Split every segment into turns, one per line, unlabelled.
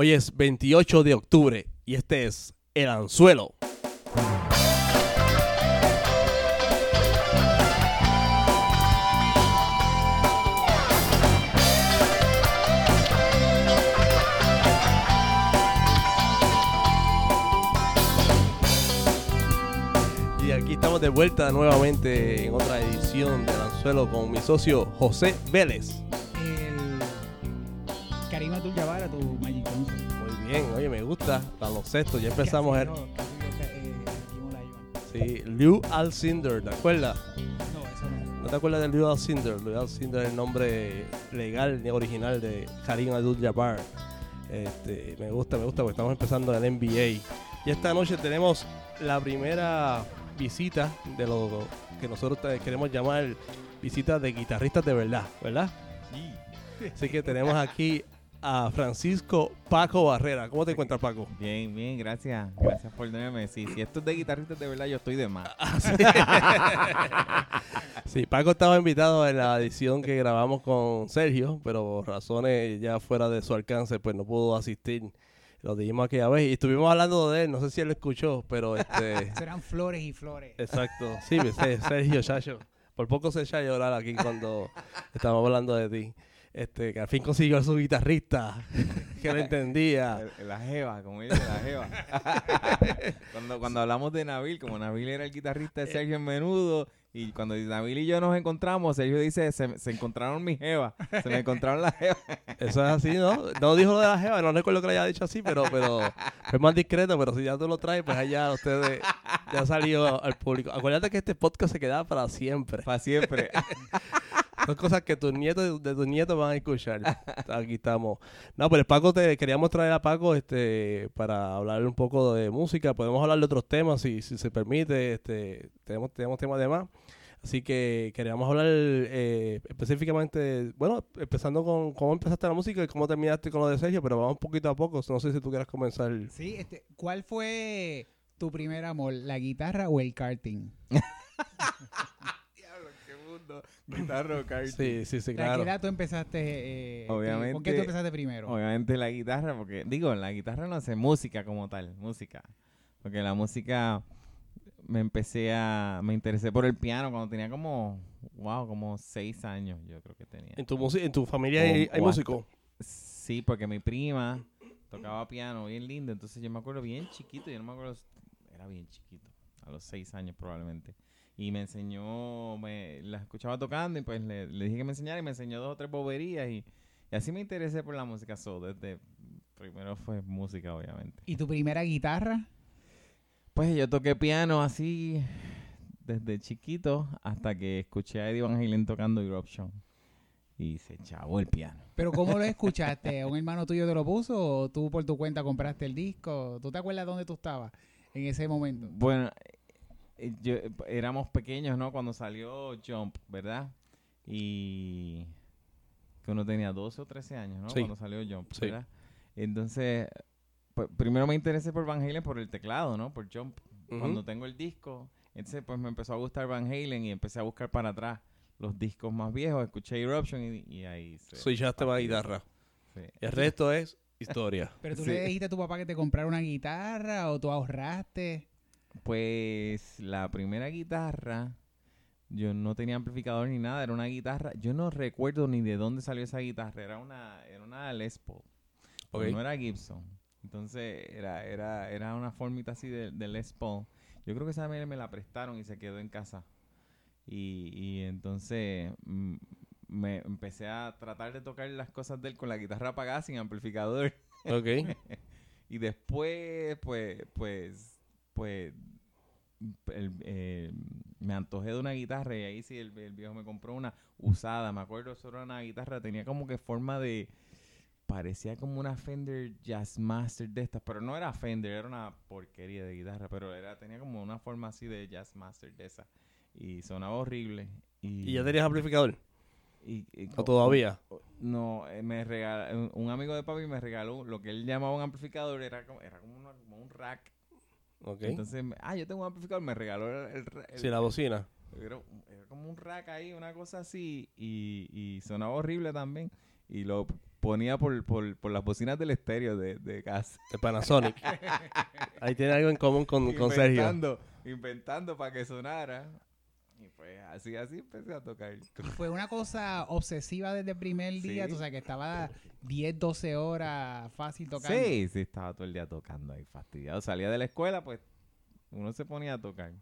Hoy es 28 de octubre y este es El Anzuelo. Y aquí estamos de vuelta nuevamente en otra edición de El Anzuelo con mi socio José Vélez.
el Karim Abdul Jabbar a tu Magic Johnson.
Muy bien, oye, me gusta. baloncesto, ya empezamos.
Casi
el-
no, casi que, eh, dijimos la Joan.
Sí, Liu Alcindor, ¿te acuerdas?
No, eso no.
¿No te acuerdas de Liu Alcindor? Liu Alcindor es el nombre legal ni original de Karim Abdul-Jabbar. Este, me gusta, me gusta porque estamos empezando en el NBA. Y esta noche tenemos la primera visita de lo que nosotros te- queremos llamar visitas de guitarristas de verdad, ¿verdad? Así que tenemos aquí a Francisco Paco Barrera. ¿Cómo te encuentras, Paco?
Bien, bien, gracias. Gracias por tenerme. Si, si esto es de guitarristas de verdad, yo estoy de más.
Sí, Paco estaba invitado en la edición que grabamos con Sergio, pero por razones ya fuera de su alcance, pues no pudo asistir. Lo dijimos aquella vez y estuvimos hablando de él, no sé si él lo escuchó, pero este...
Serán flores y flores.
exacto, sí, me sé, Sergio Chacho. Por poco se echa a llorar aquí cuando estábamos hablando de ti. Este, que al fin consiguió a su guitarrista, que lo entendía.
El- La jeva, como ella, la jeva. cuando, cuando hablamos de Nabil, como Nabil era el guitarrista de Sergio en menudo, y cuando Nabil y yo nos encontramos, Sergio dice, se, se encontraron mis jevas, se me encontraron las jevas.
Eso es así, ¿no? No dijo lo de la jeva, no recuerdo que lo haya dicho así, pero, pero fue más discreto, pero si ya tú lo traes, pues allá ustedes ya salió al público. Acuérdate que este podcast se queda para siempre.
Para siempre.
Son cosas que tus nietos de tus nietos van a escuchar. Aquí estamos. No, pero Paco te queríamos traer a Paco este para hablar un poco de música. Podemos hablar de otros temas si, si se permite. Este, tenemos, tenemos temas de más. Así que queríamos hablar eh, específicamente, bueno, empezando con cómo empezaste la música y cómo terminaste con lo de Sergio, pero vamos poquito a poco. No sé si tú quieras comenzar.
Sí, este, ¿cuál fue tu primer amor, la guitarra o el karting?
Diablo, qué mundo. Guitarro, karting.
Sí, sí, sí,
¿A
claro.
qué edad tú empezaste? eh, eh,
Obviamente-
¿Con qué tú empezaste primero?
Obviamente la guitarra, porque digo, la guitarra no hace música como tal, música. Porque la música me empecé a, me interesé por el piano cuando tenía como, wow, como seis años yo creo que tenía.
En tu, musi- en tu familia
O-
hay, hay
o hasta-
músico.
Sí, porque mi prima tocaba piano bien lindo, entonces yo me acuerdo bien chiquito, yo no me acuerdo, era bien chiquito, a los seis años probablemente. Y me enseñó, me, la escuchaba tocando y pues le, le dije que me enseñara y me enseñó dos o tres boberías y, y así me interesé por la música soul, desde primero fue música obviamente.
¿Y tu primera guitarra?
Pues yo toqué piano así desde chiquito hasta que escuché a Eddie Van Halen tocando Eruption y se chavó el piano.
¿Pero cómo lo escuchaste? ¿Un hermano tuyo te lo puso o tú por tu cuenta compraste el disco? ¿Tú te acuerdas dónde tú estabas en ese momento?
Bueno, eh, yo, eh, éramos pequeños, ¿no? Cuando salió Jump, ¿verdad? Y que uno tenía 12 o 13 años, ¿no?
Sí.
Cuando salió Jump,
Sí.
¿verdad? Entonces, pu- primero me interesé por Van Halen por el teclado, ¿no? Por Jump.
Ujú.
Cuando tengo el disco, entonces pues me empezó a gustar Van Halen y empecé a buscar para atrás los discos más viejos. Escuché Eruption y, y ahí se...
Switchaste para guitarra.
se-
El resto es historia.
¿Pero tú
Sí.
le dijiste a tu papá que te comprara una guitarra o tú ahorraste?
Pues la primera guitarra, yo no tenía amplificador ni nada, era una guitarra, yo no recuerdo ni de dónde salió esa guitarra, era una, era una Les Paul, porque
Ok.
no era Gibson. Entonces era, era, era una formita así de, de Les Paul. Yo creo que esa me, me la prestaron y se quedó en casa. Y, y entonces mm, me empecé a tratar de tocar las cosas de él con la guitarra apagada sin amplificador.
Ok.
Y después, pues, pues, pues, el- eh, me antojé de una guitarra y ahí sí el, el viejo me compró una usada. Me acuerdo, eso era una guitarra, tenía como que forma de... Parecía como una Fender Jazzmaster de estas, pero no era Fender, era una porquería de guitarra, pero era tenía como una forma así de Jazzmaster de esa. Y sonaba horrible. ¿Y,
¿Y ya tenías amplificador?
y- y-
¿O todavía?
no, eh, me regala, un- un amigo de papi me regaló lo que él llamaba un amplificador, era como, era como, una- como un rack.
Ok.
Entonces, me- ah, yo tengo un amplificador, me regaló el, el ra- el-
Sí, la bocina.
era, un- era como un rack ahí, una cosa así, y, y sonaba horrible también. Y lo ponía por, por, por las bocinas del estéreo de, de casa.
de Panasonic. Ahí tiene algo en común con, con Sergio.
inventando, inventando para que sonara. Y pues así, así empecé a tocar.
Fue una cosa obsesiva desde el primer día,
Sí.
tú sabes que estaba 10, 12 horas fácil tocando.
Sí, sí, estaba todo el día tocando ahí, fastidiado. Salía de la escuela, pues uno se ponía a tocar.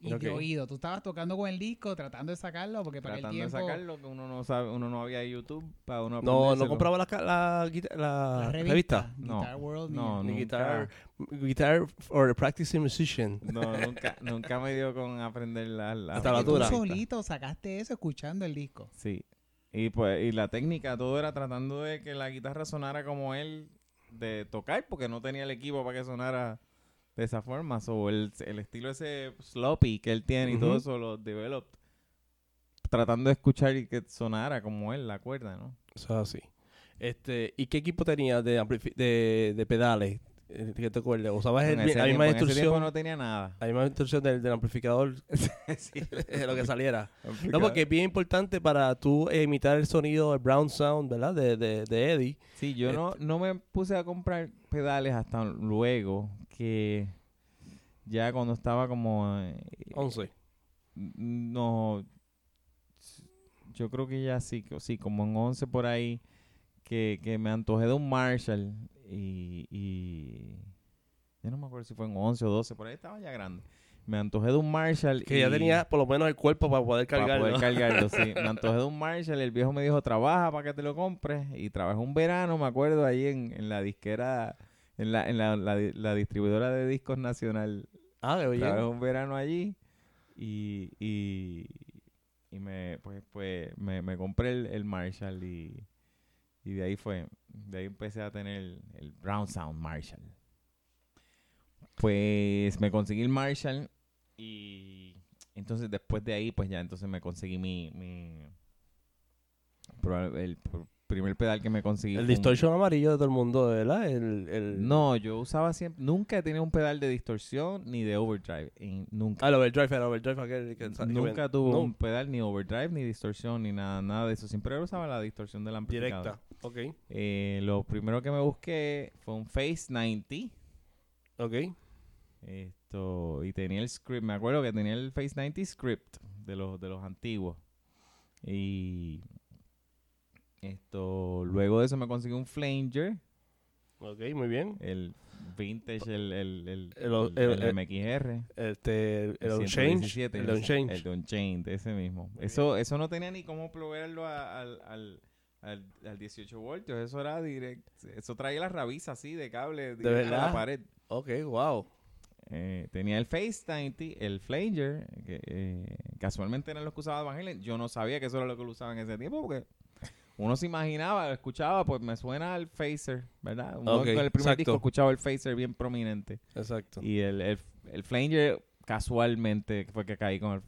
Y de
Ok.
oído, tú estabas tocando con el disco, tratando de sacarlo, porque para
Tratando
el
de
tiempo...
sacarlo, que uno no sabe, uno no había YouTube para uno
No, no
aprendérselo.
compraba la, ca- la, guita- la
La
revista.
revista,
Ah, No,
Guitar World, ni
no,
nada.
Ni
nunca.
guitar, guitar or a practicing musician.
No, nunca, nunca me dio con aprender la, la
La
Porque tú
tablatura.
solito sacaste eso escuchando el disco.
Sí. Y pues, y la técnica, todo era tratando de que la guitarra sonara como él de tocar, porque no tenía el equipo para que sonara de esa forma. O el, el estilo ese sloppy que él tiene y todo
Ujú.
eso lo developed. Tratando de escuchar y que sonara como él, la cuerda, ¿no?
Eso es así. Este, ¿Y qué equipo tenías de, amplifi- de, de pedales? Eh, Que te acuerdes. ¿Usabas el-
En ese
la
tiempo-
misma
en ese tiempo
instrucción?
no tenía nada.
La misma instrucción del, del amplificador, eh,
Sí,
de lo que saliera. No,
complicado.
porque es bien importante para tú imitar el sonido, el brown sound, ¿verdad? De, de, de Eddie.
Sí,
Este
yo no, no me puse a comprar pedales hasta luego que ya cuando estaba como... eh,
11.
No. s- Yo creo que ya sí, co- sí, como en 11 por ahí, que, que me antojé de un Marshall y, y... Yo no me acuerdo si fue en 11 o 12, por ahí estaba ya grande. Me antojé de un Marshall
Que ya
y-
tenía por lo menos el cuerpo para poder
para
cargarlo.
poder cargarlo, sí. Me antojé de un Marshall, el viejo me dijo, trabaja para que te lo compres. Y trabajé un verano, me acuerdo, ahí en, en la disquera, en, la, en la, la- la distribuidora de discos nacional
ah, qué bien.
Trabajé un verano allí y, y, y me, pues, pues, me, me compré el, el Marshall y, y de ahí fue, de ahí empecé a tener el, el Brown Sound Marshall. Pues me conseguí el Marshall y entonces después de ahí pues ya entonces me conseguí mi, mi proba- el pr- primer pedal que me conseguí.
El
fue un-
distortion amarillo de todo el mundo, ¿verdad? El, el...
No, yo usaba siempre, nunca he tenido un pedal de distorsión ni de overdrive, en- nunca.
Ah, el overdrive, el overdrive aquel que sale-
Nunca tuvo
No,
un pedal ni overdrive ni distorsión ni nada, nada de eso. Siempre usaba la distorsión del amplificador.
directa. Ok,
Eh, lo primero que me busqué fue un Face 90.
ok.
Esto, y tenía el script, me acuerdo que tenía el Face 90 script de los, de los antiguos. Y esto, luego de eso me conseguí un Flanger,
Ok, muy bien.
el vintage, el, el, el,
El o-
el-
el-
el
el-
MXR.
Este, el, el Unchanged.
117,
El
ese-
Unchanged.
El Unchained, ese mismo. Eso, eso no tenía ni cómo proveerlo a- al, al, al, al 18 voltios. Eso era directo. Eso traía la rabiza así de cable directo a la
verdad?
pared.
Ok, wow.
Eh, tenía el FaceTime, el Flanger, que eh, casualmente eran los que usaba Van Halen. Yo no sabía que eso era lo que lo usaban en ese tiempo porque uno se imaginaba, lo escuchaba, pues me suena al Phaser, ¿verdad? Uno
Ok,
con el primer
exacto.
disco escuchaba el Phaser bien prominente.
Exacto.
Y el, el, el Flanger casualmente fue que caí con el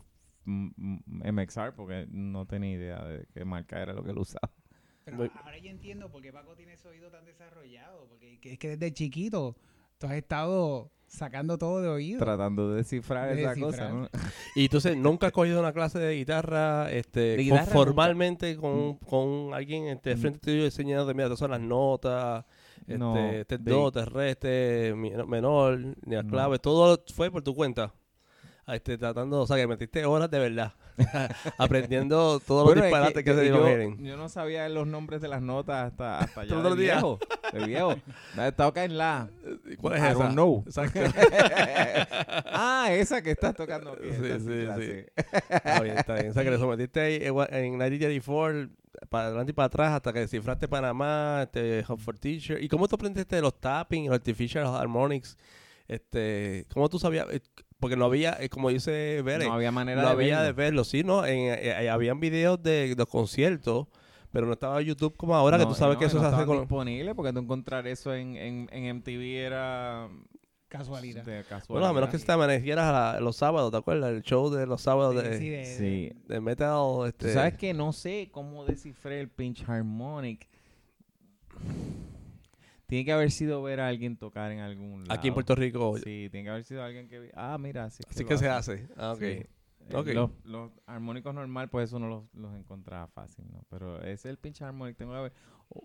m- m- MXR porque no tenía idea de qué marca era lo que él usaba.
Pero
Muy-
ahora yo entiendo por qué Paco tiene ese oído tan desarrollado, porque que- es que desde chiquito tú has estado sacando todo de oído.
Tratando de descifrar
De
esa cosa,
descifrar.
¿no?
Y entonces, ¿nunca has cogido una clase de guitarra, este,
De guitarra
con-
nunca. Mm.
formalmente con, con alguien este, de frente tuyo enseñándote, mira, estas son las notas, este,
No,
este es
de-
do, este es re, este es mi- menor, ni las
No.
claves, todo fue por tu cuenta. Este, tratando, o sea, que metiste horas de verdad, aprendiendo todos los
Bueno, es
disparates que, se
yo,
imaginen.
yo no sabía los nombres de las notas hasta, hasta ya
Todos
de
los días.
viejo. De viejo. Me toca en la.
¿Cuál es
I
esa?
don't know.
Exacto.
ah, esa que estás tocando. aquí,
Sí,
esta
sí,
la
sí.
sé.
Está bien, está bien. O sea, que le sometiste ahí en wa- en 1984 para adelante y para atrás hasta que descifraste Panamá, este, Hot for Teacher. ¿Y cómo tú aprendiste los tapping, los artificial harmonics? Este, ¿Cómo tú sabías? Eh, Porque no había, eh, como dice Vélez,
No había manera
no
de
había de
verlo.
verlo. Sí, ¿no? En- eh, eh, habían videos de los conciertos, pero no estaba YouTube como ahora, que
No,
tú sabes
no,
que
y
eso
no
se hace
estaban
con...
disponible porque tú encontrar eso en, en, en MTV era
Casualidad.
de
Bueno, a
casualidad.
menos que se te amanecieras a la- los sábados, ¿te acuerdas? El show de los sábados de,
Sí, de-
Sí.
de metal.
Tú
Este,
sabes que no sé cómo descifré el pinch harmonic. Tiene que haber sido ver a alguien tocar en algún lado.
Aquí en Puerto Rico.
Sí, tiene que haber sido alguien que... vi- Ah, mira, así,
Así
lo
que se
hacen.
hace. Ah, ok.
Sí. Eh,
Ok.
Los, los armónicos normal, pues eso no los, los encontraba fácil, ¿no? Pero ese es el pinche armónico. Tengo que ver. O,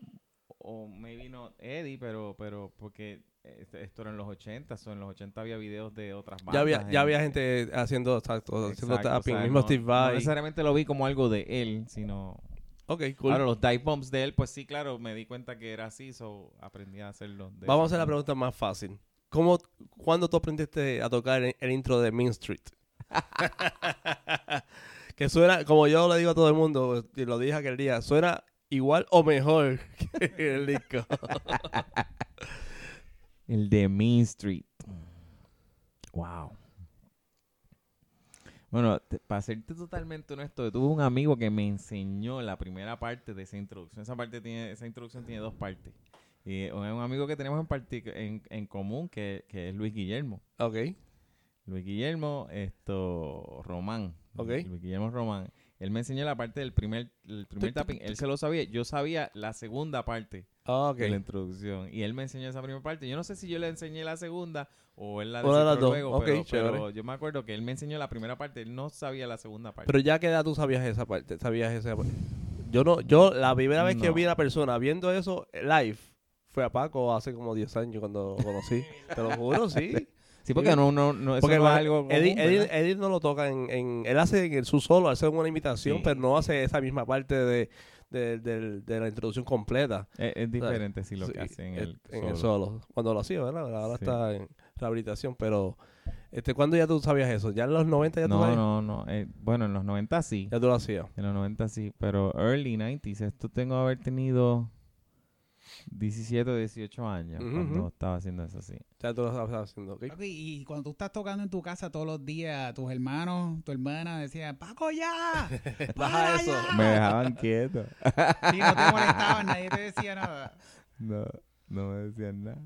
o maybe not Eddie, pero, pero porque esto, esto era en los 80, so en los 80 había videos de otras bandas.
Ya había,
en-
ya había gente haciendo, exacto, haciendo
eh. Exacto,
tapping,
o sea,
mismo
no-
Steve
No
Vai.
necesariamente lo vi como algo de él, sino...
ok, cool.
Claro, los dive bombs de él, pues sí, claro, me di cuenta que era así, so aprendí a hacerlo. de
Vamos a
esa
hacer la
manera.
pregunta más fácil. ¿Cómo, ¿Cuándo tú aprendiste a tocar el, el intro de Mean Street? que suena, como yo le digo a todo el mundo, y lo dije aquel día, suena igual o mejor que el disco.
El de Mean Street. Wow. Bueno, te- para serte totalmente honesto, yo tuve un amigo que me enseñó la primera parte de esa introducción. Esa parte tiene, esa introducción tiene dos partes. Y eh, es un amigo que tenemos en, partic- en, en común, que, que es Luis Guillermo.
ok,
Luis Guillermo, esto, Román.
Ok.
Luis Guillermo Román. Él me enseñó la parte del primer, el primer tapping. Él se lo sabía. Yo sabía la segunda parte
ok.
de la introducción. Y él me enseñó esa primera parte. Yo no sé si yo le enseñé la segunda o él la
Una de las
descifró
dos.
luego,
Ok,
pero,
chévere.
pero yo me acuerdo que él me enseñó la primera parte. Él no sabía la segunda parte.
Pero ya que edad tú sabías esa parte, sabías esa parte. Yo no, yo la primera vez que
No.
vi a la persona viendo eso eh, live fue a Paco hace como 10 años cuando lo conocí. Te lo juro, sí.
sí, porque no, no, no, eso
Porque
no es
va-
algo común,
Eddie, Eddie-
¿verdad?
Eddie no lo toca en, en- él hace en el- su solo, hace una imitación,
Sí.
pero no hace esa misma parte de, de- del- de la introducción completa.
es, es diferente si lo
Sí,
que hace en
eh,
el, solo.
solo. Cuando lo hacía, ¿verdad? Ahora
Sí.
está en rehabilitación, pero este, ¿cuándo ya tú sabías eso? ¿Ya en los 90 ya tú
No,
sabías?
no, no. eh, bueno, en los 90 sí.
Ya tú lo hacías.
En los 90 sí, pero early 90s. Esto tengo que haber tenido 17 o 18 años
Ujú,
cuando
ujú.
estaba haciendo eso así.
Ya tú lo estabas haciendo, ¿ok?
Papi, y cuando tú estás tocando en tu casa todos los días, tus hermanos, tu hermana decían, Paco ya,
Baja eso.
Me dejaban quieto.
Y no te molestaban, nadie te decía nada.
No, no me decían nada.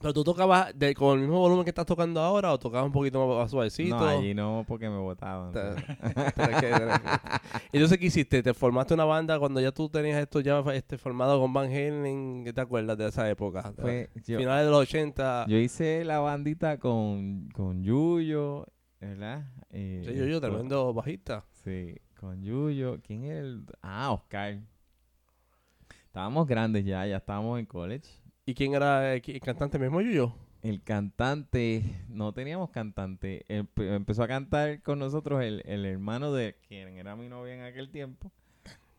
Pero tú tocabas de- con el mismo volumen que estás tocando ahora o tocabas un poquito más, más suavecito.
No, allí no, porque me pues. votaban.
Te- tenés que- tenés que- Entonces, ¿qué hiciste? ¿Te formaste una banda cuando ya tú tenías esto ya este, formado con Van Halen? ¿Qué te acuerdas de esa época?
Fue- yo,
Finales de los 80.
yo hice la bandita con, con Yuyo, ¿verdad? Eh,
Sí, yo, yo,
esto-
tremendo bajista.
Sí, con Yuyo. ¿Quién es el...? Ah, Oscar. Estábamos grandes ya, ya estábamos en college.
¿Y quién era eh, qui- el cantante mismo, Yuyo?
El cantante, no teníamos cantante. Empe- empezó a cantar con nosotros el, el hermano de quien era mi novia en aquel tiempo.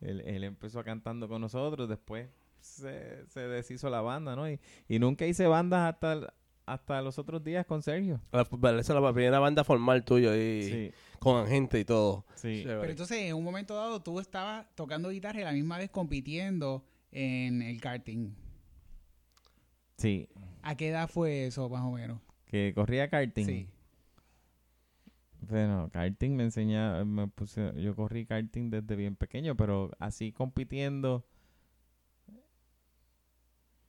Él, él empezó a cantando con nosotros, después se, se deshizo la banda, ¿no? Y, y nunca hice bandas hasta, hasta los otros días con Sergio.
La- Esa es la primera banda formal tuya y
Sí,
con gente y todo.
sí.
Pero entonces, en un momento dado, tú estabas tocando guitarra y a la misma vez compitiendo en el karting.
Sí,
¿A qué edad fue eso, más o menos?
que corría karting.
Sí.
Bueno, karting me enseña, me puse, yo corrí karting desde bien pequeño, pero así compitiendo,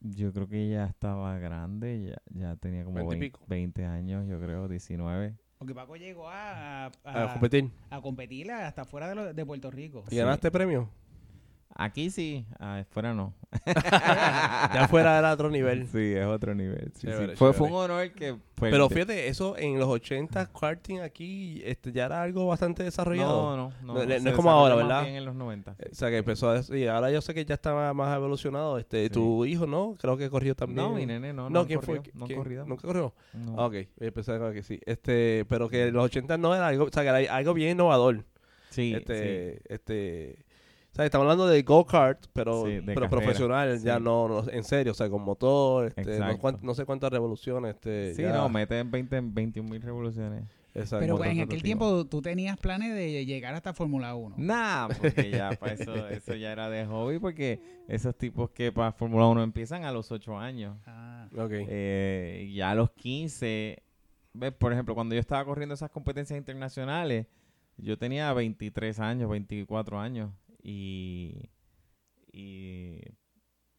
yo creo que ya estaba grande, ya, ya tenía como
Veinte y
20,
pico.
20 años, yo creo, 19.
Porque Paco llegó a, a,
A competir.
a competir hasta fuera de, lo- de Puerto Rico.
¿Y ganaste premio?
Aquí sí, afuera no.
Ya fuera era otro nivel.
Sí, es otro nivel. sí, sí.
Chévere,
Fue, fue
chévere.
un honor que... pues, fue-
Pero fíjate, eso en los 80, karting aquí este, ya era algo bastante desarrollado.
No, no, no.
No, no es
se
como ahora,
desarrolló más
¿verdad? Eh,
bien en los 90.
O sea, que empezó a decir, ahora yo sé que ya está más- más evolucionado. Este,
Sí.
tu hijo, ¿no? Creo que corrió también.
No, mi nene, no,
No,
no,
¿quién
corrió,
fue?
No
¿Quién?
corrido.
¿Nunca corrió?
no.
Ah, ok. Empecé con que sí. Este, pero que en los 80 no era algo, o sea, que era algo bien innovador.
Sí, sí.
este, este, o sea, estamos hablando de go-kart, pero,
Sí, de
pero
carrera,
profesional, ya
sí.
no, no, en serio, o sea, con motor, este, no,
Exacto.
cuan- no sé cuántas revoluciones, este,
Sí,
ya-
no, meten 20, 21 mil revoluciones.
exacto.
Pero pues, en
Importante
aquel
el
tiempo tú tenías planes de llegar hasta Fórmula 1.
Nah, porque ya pa' eso, eso ya era de hobby, porque esos tipos que para Fórmula 1 empiezan a los 8 años.
Ah.
Ok.
Eh, y ya a los 15, ves, por ejemplo, cuando yo estaba corriendo esas competencias internacionales, yo tenía 23 años, 24 años, y, y,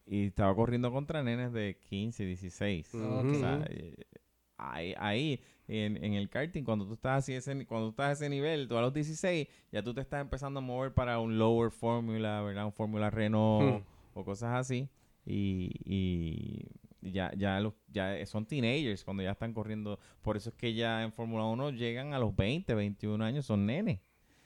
y estaba corriendo contra nenes de 15, 16.
Ujú.
O sea, eh, ahí, ahí, en, en el karting, cuando tú estás así, ese, ni- cuando tú estás a ese nivel, tú a los 16, ya tú te estás empezando a mover para un lower formula, ¿verdad? Un Fórmula Renault o cosas así. Y, y ya, ya, los, ya son teenagers cuando ya están corriendo. Por eso es que ya en Fórmula 1 llegan a los 20, 21 años, son nenes.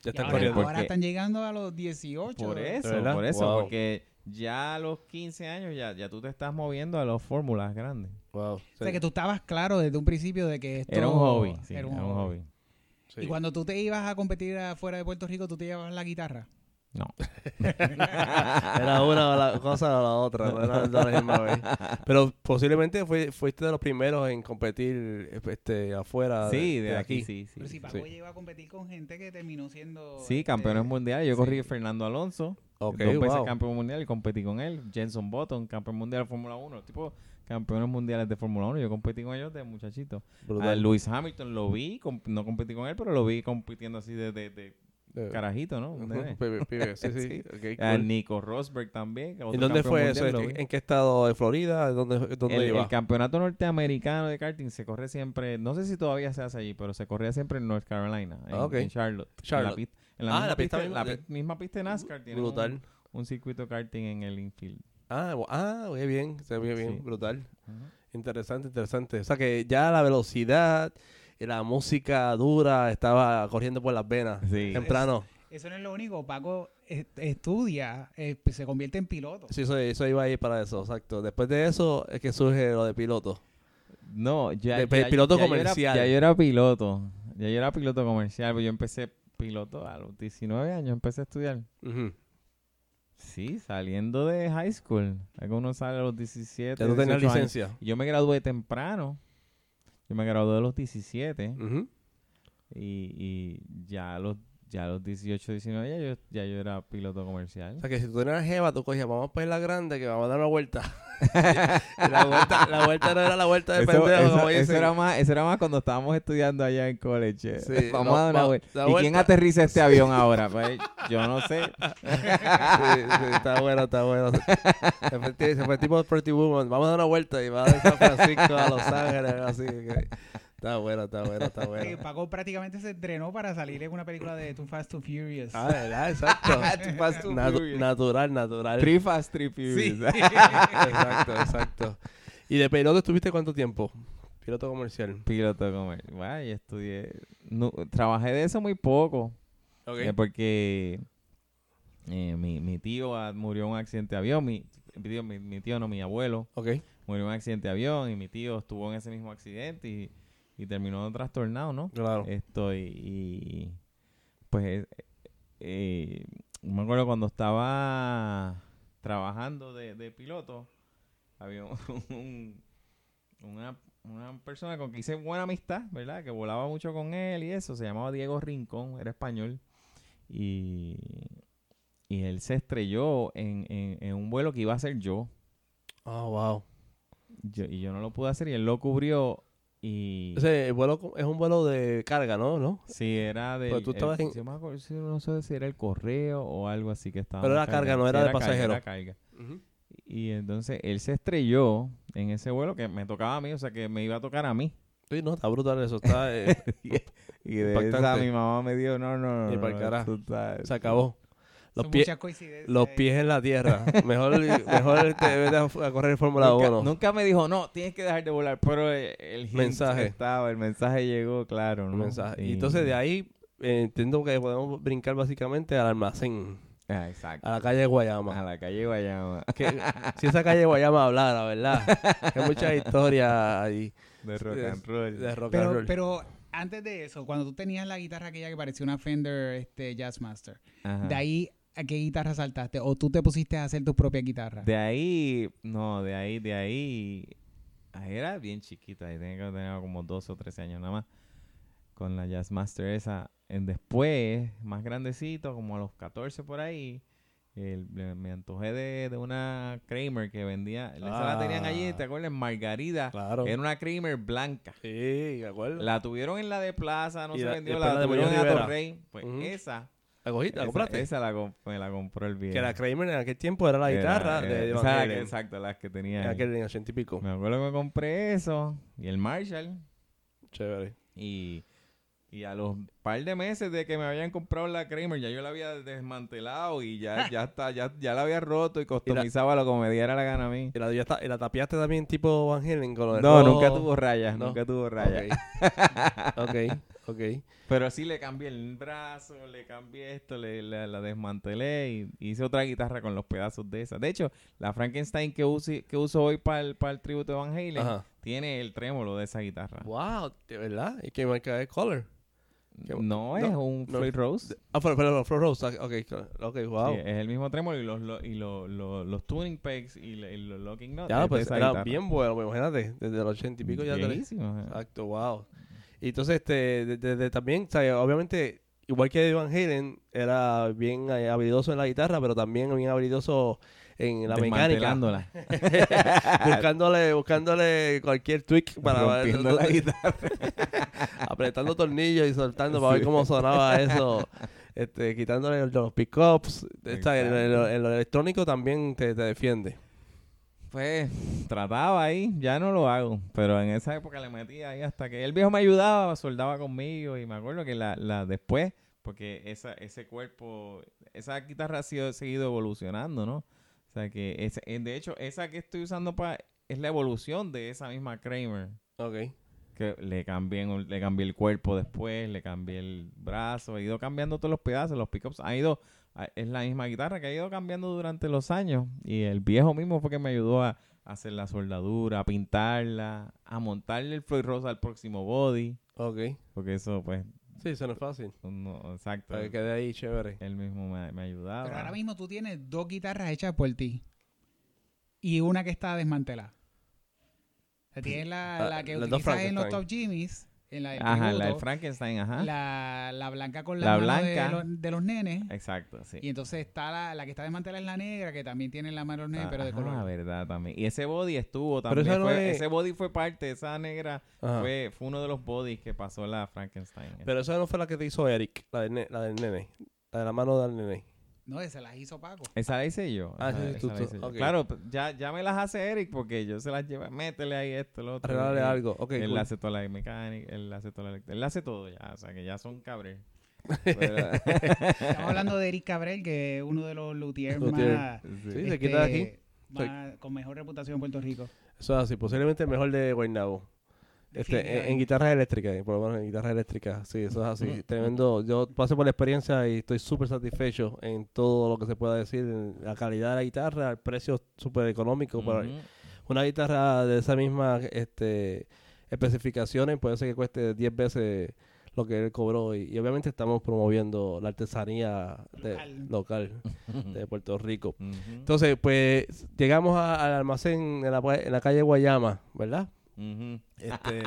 Ya
Y
están
ahora,
corriendo.
ahora
Porque-
están llegando a los 18.
Por eso,
verdad?
por eso,
Wow.
porque ya a los 15 años ya, ya tú te estás moviendo a las fórmulas grandes.
Wow.
O sea, que tú estabas claro desde un principio de que esto
Era un hobby, sí, era un,
hobby.
hobby.
Sí.
Y cuando tú te ibas a competir afuera de Puerto Rico, tú te llevabas la guitarra.
No.
Era una o la cosa o la otra, no era la misma vez. Pero posiblemente fue- fuiste de los primeros en competir este, afuera
sí, de, aquí, sí, sí.
Pero si
Sí,
Paco llegó a competir con gente que terminó siendo.
Sí,
este,
campeones mundiales. Yo corrí
sí.
Fernando Alonso,
Eh, Ok,
dos veces
wow.
campeón mundial y competí con él. Jenson Button, campeón mundial de Fórmula 1. Tipo, campeones mundiales de Fórmula 1. Yo competí con ellos de muchachito.
Brutal.
A Lewis Hamilton lo vi, com- no competí con él, pero lo vi compitiendo así de, de- de
Eh,
carajito, ¿no? Un nene.
pibe, pibe, sí, sí.
Sí.
ok,
A
cool.
Nico Rosberg también. otro
¿En dónde
campeón
fue
mundial,
eso?
lo
¿En-
vi.
¿En qué estado de Florida? ¿Dónde, dónde
el,
iba?
el campeonato norteamericano de karting se corre siempre, no sé si todavía se hace allí, pero se corría siempre en North Carolina, en,
Ah, ok.
en Charlotte. en
Charlotte.
la pista-
Ah,
En la, misma,
la pista
pista,
misma
la
de-
pi- misma pista de NASCAR tiene un-
brutal.
un circuito de karting en el infield.
Ah, bu- ah, muy bien, se ve bien,
Sí.
brutal.
Ujú.
Interesante, interesante. O sea que ya la velocidad, y la música dura estaba corriendo por las venas.
Sí.
Temprano.
Eso no es lo único. Paco eh, estudia, eh, pues, se convierte en piloto.
Sí, eso, eso iba a ir para eso, exacto. Después de eso es que surge lo de piloto.
No, ya,
De- de
ya-
piloto
ya yo
comercial.
era- ya yo era piloto. Ya yo era piloto comercial, pero yo empecé piloto a los 19 años, empecé a estudiar.
Ujú.
Sí, saliendo de high school. Algunos sale a los 17.
Ya tú tenías
18 años.
licencia.
Yo me gradué temprano. Yo me gradué a los 17
Ujú.
y, y ya a los ya a los 18, 19 ya yo, ya yo era piloto comercial.
O sea que si tú tenías jeva, tú cogías, vamos para la grande que vamos a dar una vuelta. Y la vuelta. La vuelta no era la vuelta de
Eso,
pendejo,
eso-
como
eso
dicen.
era más, eso era más cuando estábamos estudiando allá en college. eh.
Sí,
Vamos
no,
a dar una
va-
vuelta.
la
¿Y quién
vuelta.
aterriza este avión ahora? Pues, yo no sé.
Sí, sí, está bueno, está bueno. Se fue, ti- se fue tipo Pretty Woman. Vamos a dar una vuelta y va de San Francisco a Los Ángeles. Así que está bueno, está bueno, está
Eh,
bueno.
Paco prácticamente se entrenó para salir en una película de Too Fast, Too Furious.
Ah, ¿verdad? Exacto.
Too fast, too
Natu-
furious.
natural, natural.
Three fast, three furious.
Sí.
Exacto, exacto. ¿Y de piloto estuviste cuánto tiempo? Piloto comercial.
Piloto comercial. Bueno, yo estudié. no- trabajé de eso muy poco. eh, porque eh, mi, mi tío ah, murió en un accidente de avión. Mi, mi tío, mi- mi tío no, mi abuelo
Ok.
murió en un accidente de avión. Y mi tío estuvo en ese mismo accidente y, y terminó trastornado, ¿no?
Claro.
Esto y, y, pues eh, eh, me acuerdo cuando estaba trabajando de, de piloto, había un- un- una, una persona con que hice buena amistad, ¿verdad? Que volaba mucho con él y eso, se llamaba Diego Rincón, era español. Y, y él se estrelló en, en- en un vuelo que iba a hacer yo.
Oh, wow.
Yo- Y yo no lo pude hacer y él lo cubrió y...
Ese vuelo co- es un vuelo de carga, ¿no? ¿No?
Sí, era de.
Pero tú estabas en-
no sé si era el correo o algo así que estaba.
Pero era carga, no era de pasajero.
Era carga. Y entonces él se estrelló en ese vuelo que me tocaba a mí, o sea que me iba a tocar a mí.
Sí, no, está brutal eso. Está, eh,
Y de
Impactante.
esa mi mamá me dijo: no, no, no.
Y pa'l
no,
carajo.
tú estás-
se acabó. Los
Son
pies.
muchas coincidencias.
Los
ahí.
pies en la tierra. Eh, Mejor, mejor te vete a, a correr en Fórmula
nunca,
1.
nunca me dijo: no, tienes que dejar de volar. Pero el, el hint
Mensaje.
estaba, el mensaje llegó, claro. ¿no?
Mensaje.
Y- ah,
Y entonces de ahí eh, entiendo que podemos brincar básicamente al almacén,
Ah, exacto.
a la calle de
A
Guayama.
la calle Guayama.
Que,
Ah.
si esa calle de Guayama hablara, ¿verdad? Hay muchas historias ahí
De rock
Es-
and roll.
de rock and
Pero,
roll.
pero antes de eso, cuando tú tenías la guitarra aquella que parecía una Fender este, Jazzmaster,
Ajá.
¿de ahí a qué guitarra saltaste? ¿O tú te pusiste a hacer tus propias guitarras?
De ahí, no, de ahí, de ahí. ahí Era bien chiquita, y tenía que tener como 12 o 13 años nada más. Con la Jazzmaster esa. En después, más grandecito, como a los 14 por ahí, el- le- me antojé de, de una Kramer que vendía. Esa la tenían allí,
Ah.
¿te acuerdas? En Margarida.
Claro.
Era una Kramer blanca.
Sí, de acuerdo. La,
La tuvieron en la de Plaza, no
Y
se
la-
vendió.
después
La,
la de
tuvieron en
Muñoz
la
Rivera.
Torrey. Pues
Ujú.
esa,
cogiste, la
esa,
compraste.
esa la, comp- me la compró el viejo.
que la Kramer en aquel tiempo era la
Era-
guitarra
era-
de Van
esa era la que-
Halen.
Exacto, las que tenía.
En
ahí.
aquel en el ochenta y pico.
Me acuerdo que me compré eso y el Marshall.
Chévere.
Y, y a los par de meses de que me habían comprado la Kramer, ya yo la había desmantelado y ya, ya, está, ya, ya la había roto y customizaba lo como me diera la gana a mí.
¿Y la, ya está- y la tapiaste también tipo Van Helen con lo de
No,
rojo?
nunca tuvo rayas,
No.
nunca tuvo rayas.
Ok. ok, Ok.
Pero así le cambié el brazo, le cambié esto, le, la, la desmantelé y hice otra guitarra con los pedazos de esa. De hecho, la Frankenstein que, usi- que uso hoy para el, para el tributo de Van Halen
Ajá.
tiene el trémolo de esa guitarra.
Wow, de verdad. ¿Y qué marca es Color? qué bu-
No, es
no,
un
no.
Floyd Rose.
Ah, pero, pero, Flow Rose. ah, Ok, claro, ok, wow.
Sí, es el mismo trémolo y los, lo- y lo- lo- los tuning pegs y, la- y los locking notes.
ya,
es de
pues
esa
era
guitarra. eh.
bien bueno, pues, imagínate. Desde los ochenta y pico ya Ah, tenés.
Viejísimo, ajá.
Exacto, wow. Y entonces, este, de- de- de- también, ¿sabes? obviamente, igual que Van Halen, era bien eh, habilidoso en la guitarra, pero también bien habilidoso en la mecánica.
Desmantelándola.
buscándole, buscándole cualquier tweak para
Rompiendo la guitarra.
apretando tornillos y soltando para
Sí.
ver cómo sonaba eso. Este, quitándole los- los pickups. Esta, en, lo- en lo- en lo electrónico también te, te defiende.
Pues trataba ahí, ya no lo hago, pero en esa época le metía ahí hasta que el viejo me ayudaba, soldaba conmigo y me acuerdo que la, la después, porque esa, ese cuerpo, esa guitarra ha sido, seguido evolucionando, ¿no? O sea que, ese- eh, de hecho, esa que estoy usando para, es la evolución de esa misma Kramer,
Ok.
que le cambié, en un- le cambié el cuerpo después, le cambié el brazo, he ido cambiando todos los pedazos, los pickups, ha ido, a- es la misma guitarra que ha ido cambiando durante los años y el viejo mismo fue que me ayudó a hacer la soldadura, a pintarla, a montarle el Floyd Rose al próximo body,
Ok.
porque eso pues,
Sí, eso no es fácil.
no, exacto,
Para que quede ahí chévere.
él mismo me, me ayudaba.
Pero ahora mismo tú tienes dos guitarras hechas por ti y una que está desmantelada. O sea, tienes la,
Ah,
la que
las dos
utilizas en los
Frankenstein.
Top Jimmys, en la del
Ajá, la de
tributo,
Frankenstein, ajá.
la, la blanca con
La
la, mano de
blanca. Eh,
los- De, los nenes.
Exacto, sí.
Y entonces está la, la que está desmantelada es la negra, que también tiene la mano de los nenes, pero de
Ah, Ajá,
color.
verdad también. Y ese body estuvo
Pero
también.
esa no
fue-
es-
Ese body fue parte, esa negra
Ajá.
fue, fue uno de los bodies que pasó la Frankenstein.
Ah. Pero esa no fue la que te hizo Eric, la del, ne- la del nene. La de la mano del nene.
No, se las hizo Paco.
esa la hice yo.
Ah,
esa-
sí, sí, tú-
esa la
tú-
hice yo.
ok.
Claro, p- ya, ya me las hace Eric porque yo se las llevo. Métele ahí esto, lo otro.
Arreglarle
Él-
algo. Ok,
él
cool.
hace toda la mecánica, él hace toda la elect- Él hace todo ya, o sea que ya son cabres. Pues, Pero-
Estamos hablando de Eric Cabrel, que es uno de los luthiers
Luthier.
más...
Sí,
este,
sí.
se quita de aquí.
más- con mejor reputación en Puerto Rico.
Eso es así, posiblemente el mejor de Guaynabo. Este, en, en guitarras eléctricas, por lo menos en guitarras eléctricas, sí, eso es así, tremendo. Yo pasé por la experiencia y estoy súper satisfecho en todo lo que se pueda decir, en la calidad de la guitarra, el precio súper económico. para-
Ujú.
Una guitarra de esa misma este, especificaciones puede ser que cueste 10 veces lo que él cobró y, y obviamente estamos promoviendo la artesanía de-
Local.
local de Puerto Rico.
Ujú.
Entonces, pues llegamos a- al almacén en la, pa- en la calle Guayama, ¿verdad?
Ujú.
Este,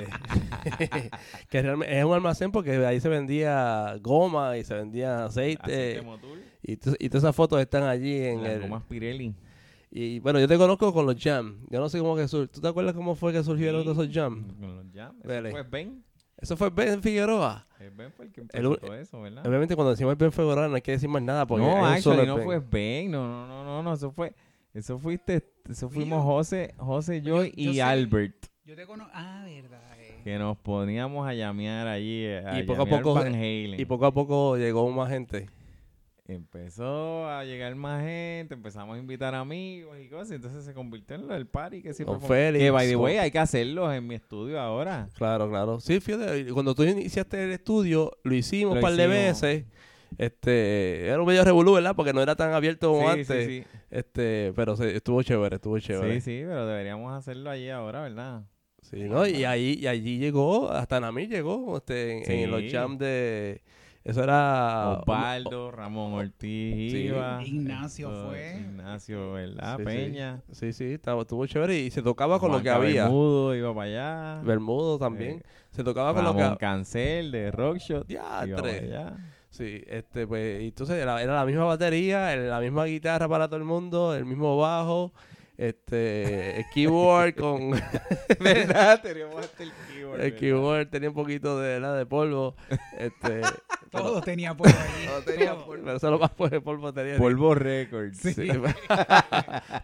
que realmente es un almacén porque ahí se vendía goma y se vendía aceite.
Aceite Motul,
y, tu- y todas esas fotos están allí este, en
las
el.
gomas Pirelli.
Y bueno, yo te conozco con los jam. Yo no sé cómo que sur- ¿Tú te acuerdas cómo fue que surgieron todos esos jam?
Con los jams.
Vele.
Pues Ben.
Eso fue Ben Figueroa.
El Ben fue el que
El u-
empezó todo eso, ¿verdad?
Obviamente, cuando decimos Ben Figueroa, no hay que decir más nada porque es
Ah. no,
un
actually,
solo
no
Ben.
fue Ben, no, no, no, no, no, eso fue, eso fuiste, eso fuimos José, José, yo,
yo
y
sé.
Albert,
Yo te conozco. Ah, verdad. eh.
que nos poníamos a llamear allí, a
Y poco a
llamear
poco-
Van Halen.
Y poco a poco llegó más gente.
Empezó a llegar más gente, empezamos a invitar amigos y cosas, y entonces se convirtió en lo del party que siempre
Con
fue-
Félix,
Que, by the
con-
way, hay que hacerlos en mi estudio ahora.
Claro, claro. Sí, fíjate, cuando tú iniciaste el estudio, lo hicimos
Lo
un par de
hicimos.
veces. Este, era un medio revolú, ¿verdad? Porque no era tan abierto como
sí,
antes.
sí, sí,
Este, pero se- estuvo chévere, estuvo
sí,
chévere. Sí,
sí, pero deberíamos hacerlo allí ahora, ¿verdad?
¿no? Y ahí, y allí llegó, hasta Nami llegó, este, en, en los
Sí.
jams de eso era
Osvaldo, Ramón Ortiz,
Ah, Sí.
Iba,
Ignacio
esto,
fue.
Ignacio, ¿verdad?
Sí, sí.
Peña.
Sí, sí, estaba, estuvo chévere y se tocaba con lo que
Juanca
había. Bermudo,
Bermudo iba para allá.
también.
Eh,
Se tocaba con
Ramón
lo que
Cancel de Rockshot.
Ya,
iba para
tres.
allá.
Sí, este, pues, y entonces era, era la misma batería, el- la misma guitarra para todo el mundo, el mismo bajo, este, el keyboard con
¿Verdad? Teníamos hasta el keyboard.
el
¿verdad?
keyboard tenía un poquito de, ¿verdad? de polvo, este, pero-
Todos tenían polvo allí.
No tenía
Todos.
polvo, pero solo más por- polvo tenía.
Polvo Records.
Sí.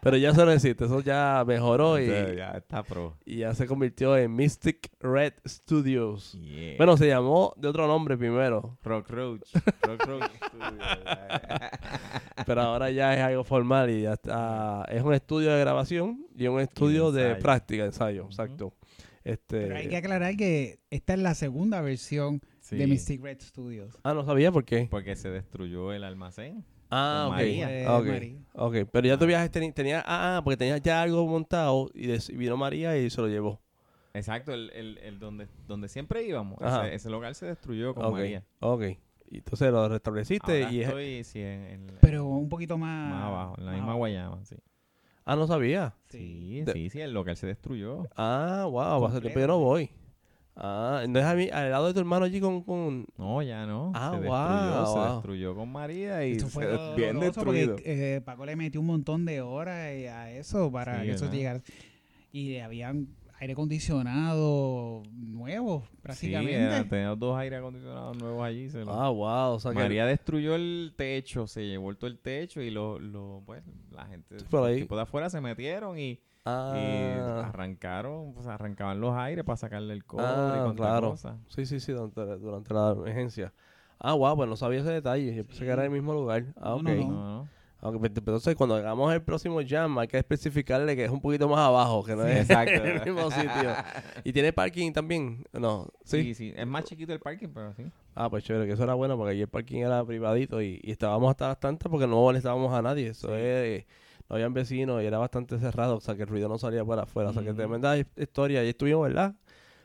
pero ya eso no existe, eso ya mejoró y,
Entonces, ya está pro.
y ya se convirtió en Mystic Red Studios.
Yeah.
Bueno, se llamó de otro nombre primero,
Rock Roach. Rock Roach Studio, ¿verdad?
pero ahora ya es algo formal y ya está. Es un estudio de grabación y un estudio de
ensayo.
práctica, ensayo,
Ujú.
exacto. Este,
Pero hay que aclarar que esta es la segunda versión
Sí,
de Mystic Red Studios.
Ah, no sabía por qué.
Porque se destruyó el almacén.
Ah,
Con
ok.
María.
Eh,
Ok,
María.
ok. Pero ya tu viajes teni- tenía, ah, ah, porque tenías ya algo montado y des- y vino María y se lo llevó.
Exacto, el, el, el donde, donde siempre íbamos.
Ajá.
Ese, ese local se destruyó con
Ok,
María.
ok. Y entonces lo restableciste
Ahora
y es-
estoy, sí, en, en la-
Pero un poquito más,
más abajo, en la
más
misma
abajo.
Guayama, sí.
Ah, no sabía.
Sí.
Sí,
De-
sí, sí, el local se destruyó.
Ah, wow, hace tiempo
Completo.
yo no voy. Ah, entonces a mí, al lado de tu hermano allí con... con...
No, ya no.
Ah,
se destruyó,
guau,
se
guau.
destruyó con María y
Esto fue
se-
doloroso
bien destruido.
porque eh, Paco le metió un montón de horas eh, a eso para
Sí,
que eso
¿verdad?
llegara. Y le habían aire acondicionado nuevo,
Sí, era-
prácticamente.
tenía dos aire acondicionados nuevos allí. Se los-
Ah, wow. O sea que-
María destruyó el techo, se llevó todo el techo y lo, lo pues, la gente,
Sí, por ahí.
los tipos de afuera se metieron y, y
Ah,
arrancaron, pues arrancaban los aires para sacarle el cobre
Ah,
y cuanta
claro.
cosa.
sí, sí, sí, durante, durante la emergencia. Ah, wow, pues no sabía ese detalle. Yo pensé que era el mismo lugar. Ah,
No,
ok.
no,
No, no.
Ah, ok, pues, Entonces, cuando hagamos el próximo jam, hay que especificarle que es un poquito más abajo, que no
Sí,
es
exacto.
el mismo sitio. ¿Y tiene parking también? No,
¿Sí?
sí.
sí, Es más chiquito el parking, pero sí.
Ah, pues chévere, que eso era bueno porque allí el parking era privadito y, y estábamos hasta las tantas porque no molestábamos a nadie. Eso es, no habían vecinos y era bastante cerrado, o sea que el ruido no salía para afuera. O sea que
Ujú.
tremenda hi- historia. Ahí estuvimos, ¿verdad?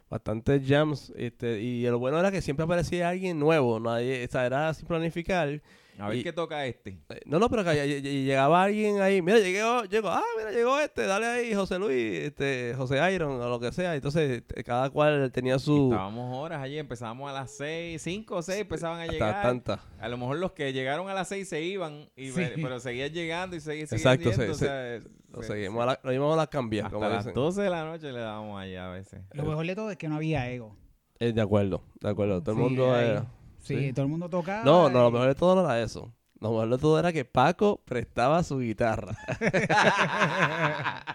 Bastantes jams. Este, y lo bueno era que siempre aparecía alguien nuevo. Nadie, o sea, era sin planificar. Eh,
A ver
Y-
qué toca este.
No, no, pero que ll- ll- llegaba alguien ahí. Mira, llegó, llegó, ah, mira, llegó este, dale ahí, José Luis, este, José Iron o lo que sea. Entonces, este, cada cual tenía su.
Estábamos horas allí, empezábamos a las 6, 5 o 6 empezaban a
hasta
llegar.
tantas.
A lo mejor los que llegaron a las 6 se iban, y
Sí.
ve- pero seguían llegando y seguían
Exacto,
Exacto,
se- se- Lo seguimos, a la, lo íbamos a las cambias, como
Hasta las
dicen.
12 de la noche le dábamos allá a veces.
Lo mejor de todo es que no había ego.
Eh, de acuerdo, de acuerdo. Todo el
Sí,
mundo
ahí.
era.
Sí,
Sí.
todo el mundo tocaba.
No, no, lo
y-
mejor de todo no era eso. Lo mejor de todo era que Paco prestaba su guitarra.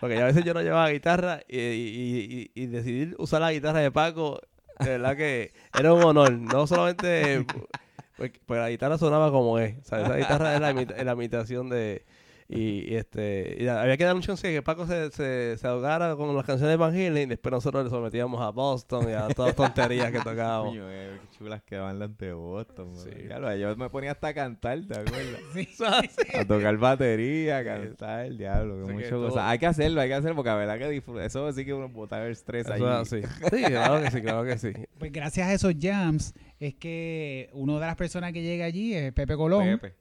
Porque ya a veces yo no llevaba guitarra y, y- y- y decidir usar la guitarra de Paco, de verdad que era un honor. No solamente. eh, Porque, porque la guitarra sonaba como es. O sea, esa guitarra era la, imita- era la imitación de. Y, y este y había que dar un chance de que Paco se, se, se ahogara con las canciones de Van Halen y después nosotros le sometíamos a Boston y a todas las tonterías que tocábamos.
Coño, eh, qué chulas quedaban las de Boston.
Sí.
mano. Ya lo- yo me ponía hasta a cantar, ¿te acuerdas?
Sí.
a tocar batería, a cantar, el diablo, que
O sea, que
mucho
todo-
cosa. Hay que hacerlo, hay que hacerlo, porque la verdad que disfruta. Eso sí que uno botar el estrés
Eso
ahí.
es así. Sí, claro que sí, claro que sí.
Pues gracias a esos jams es que una de las personas que llega allí es Pepe Colón,
Pepe.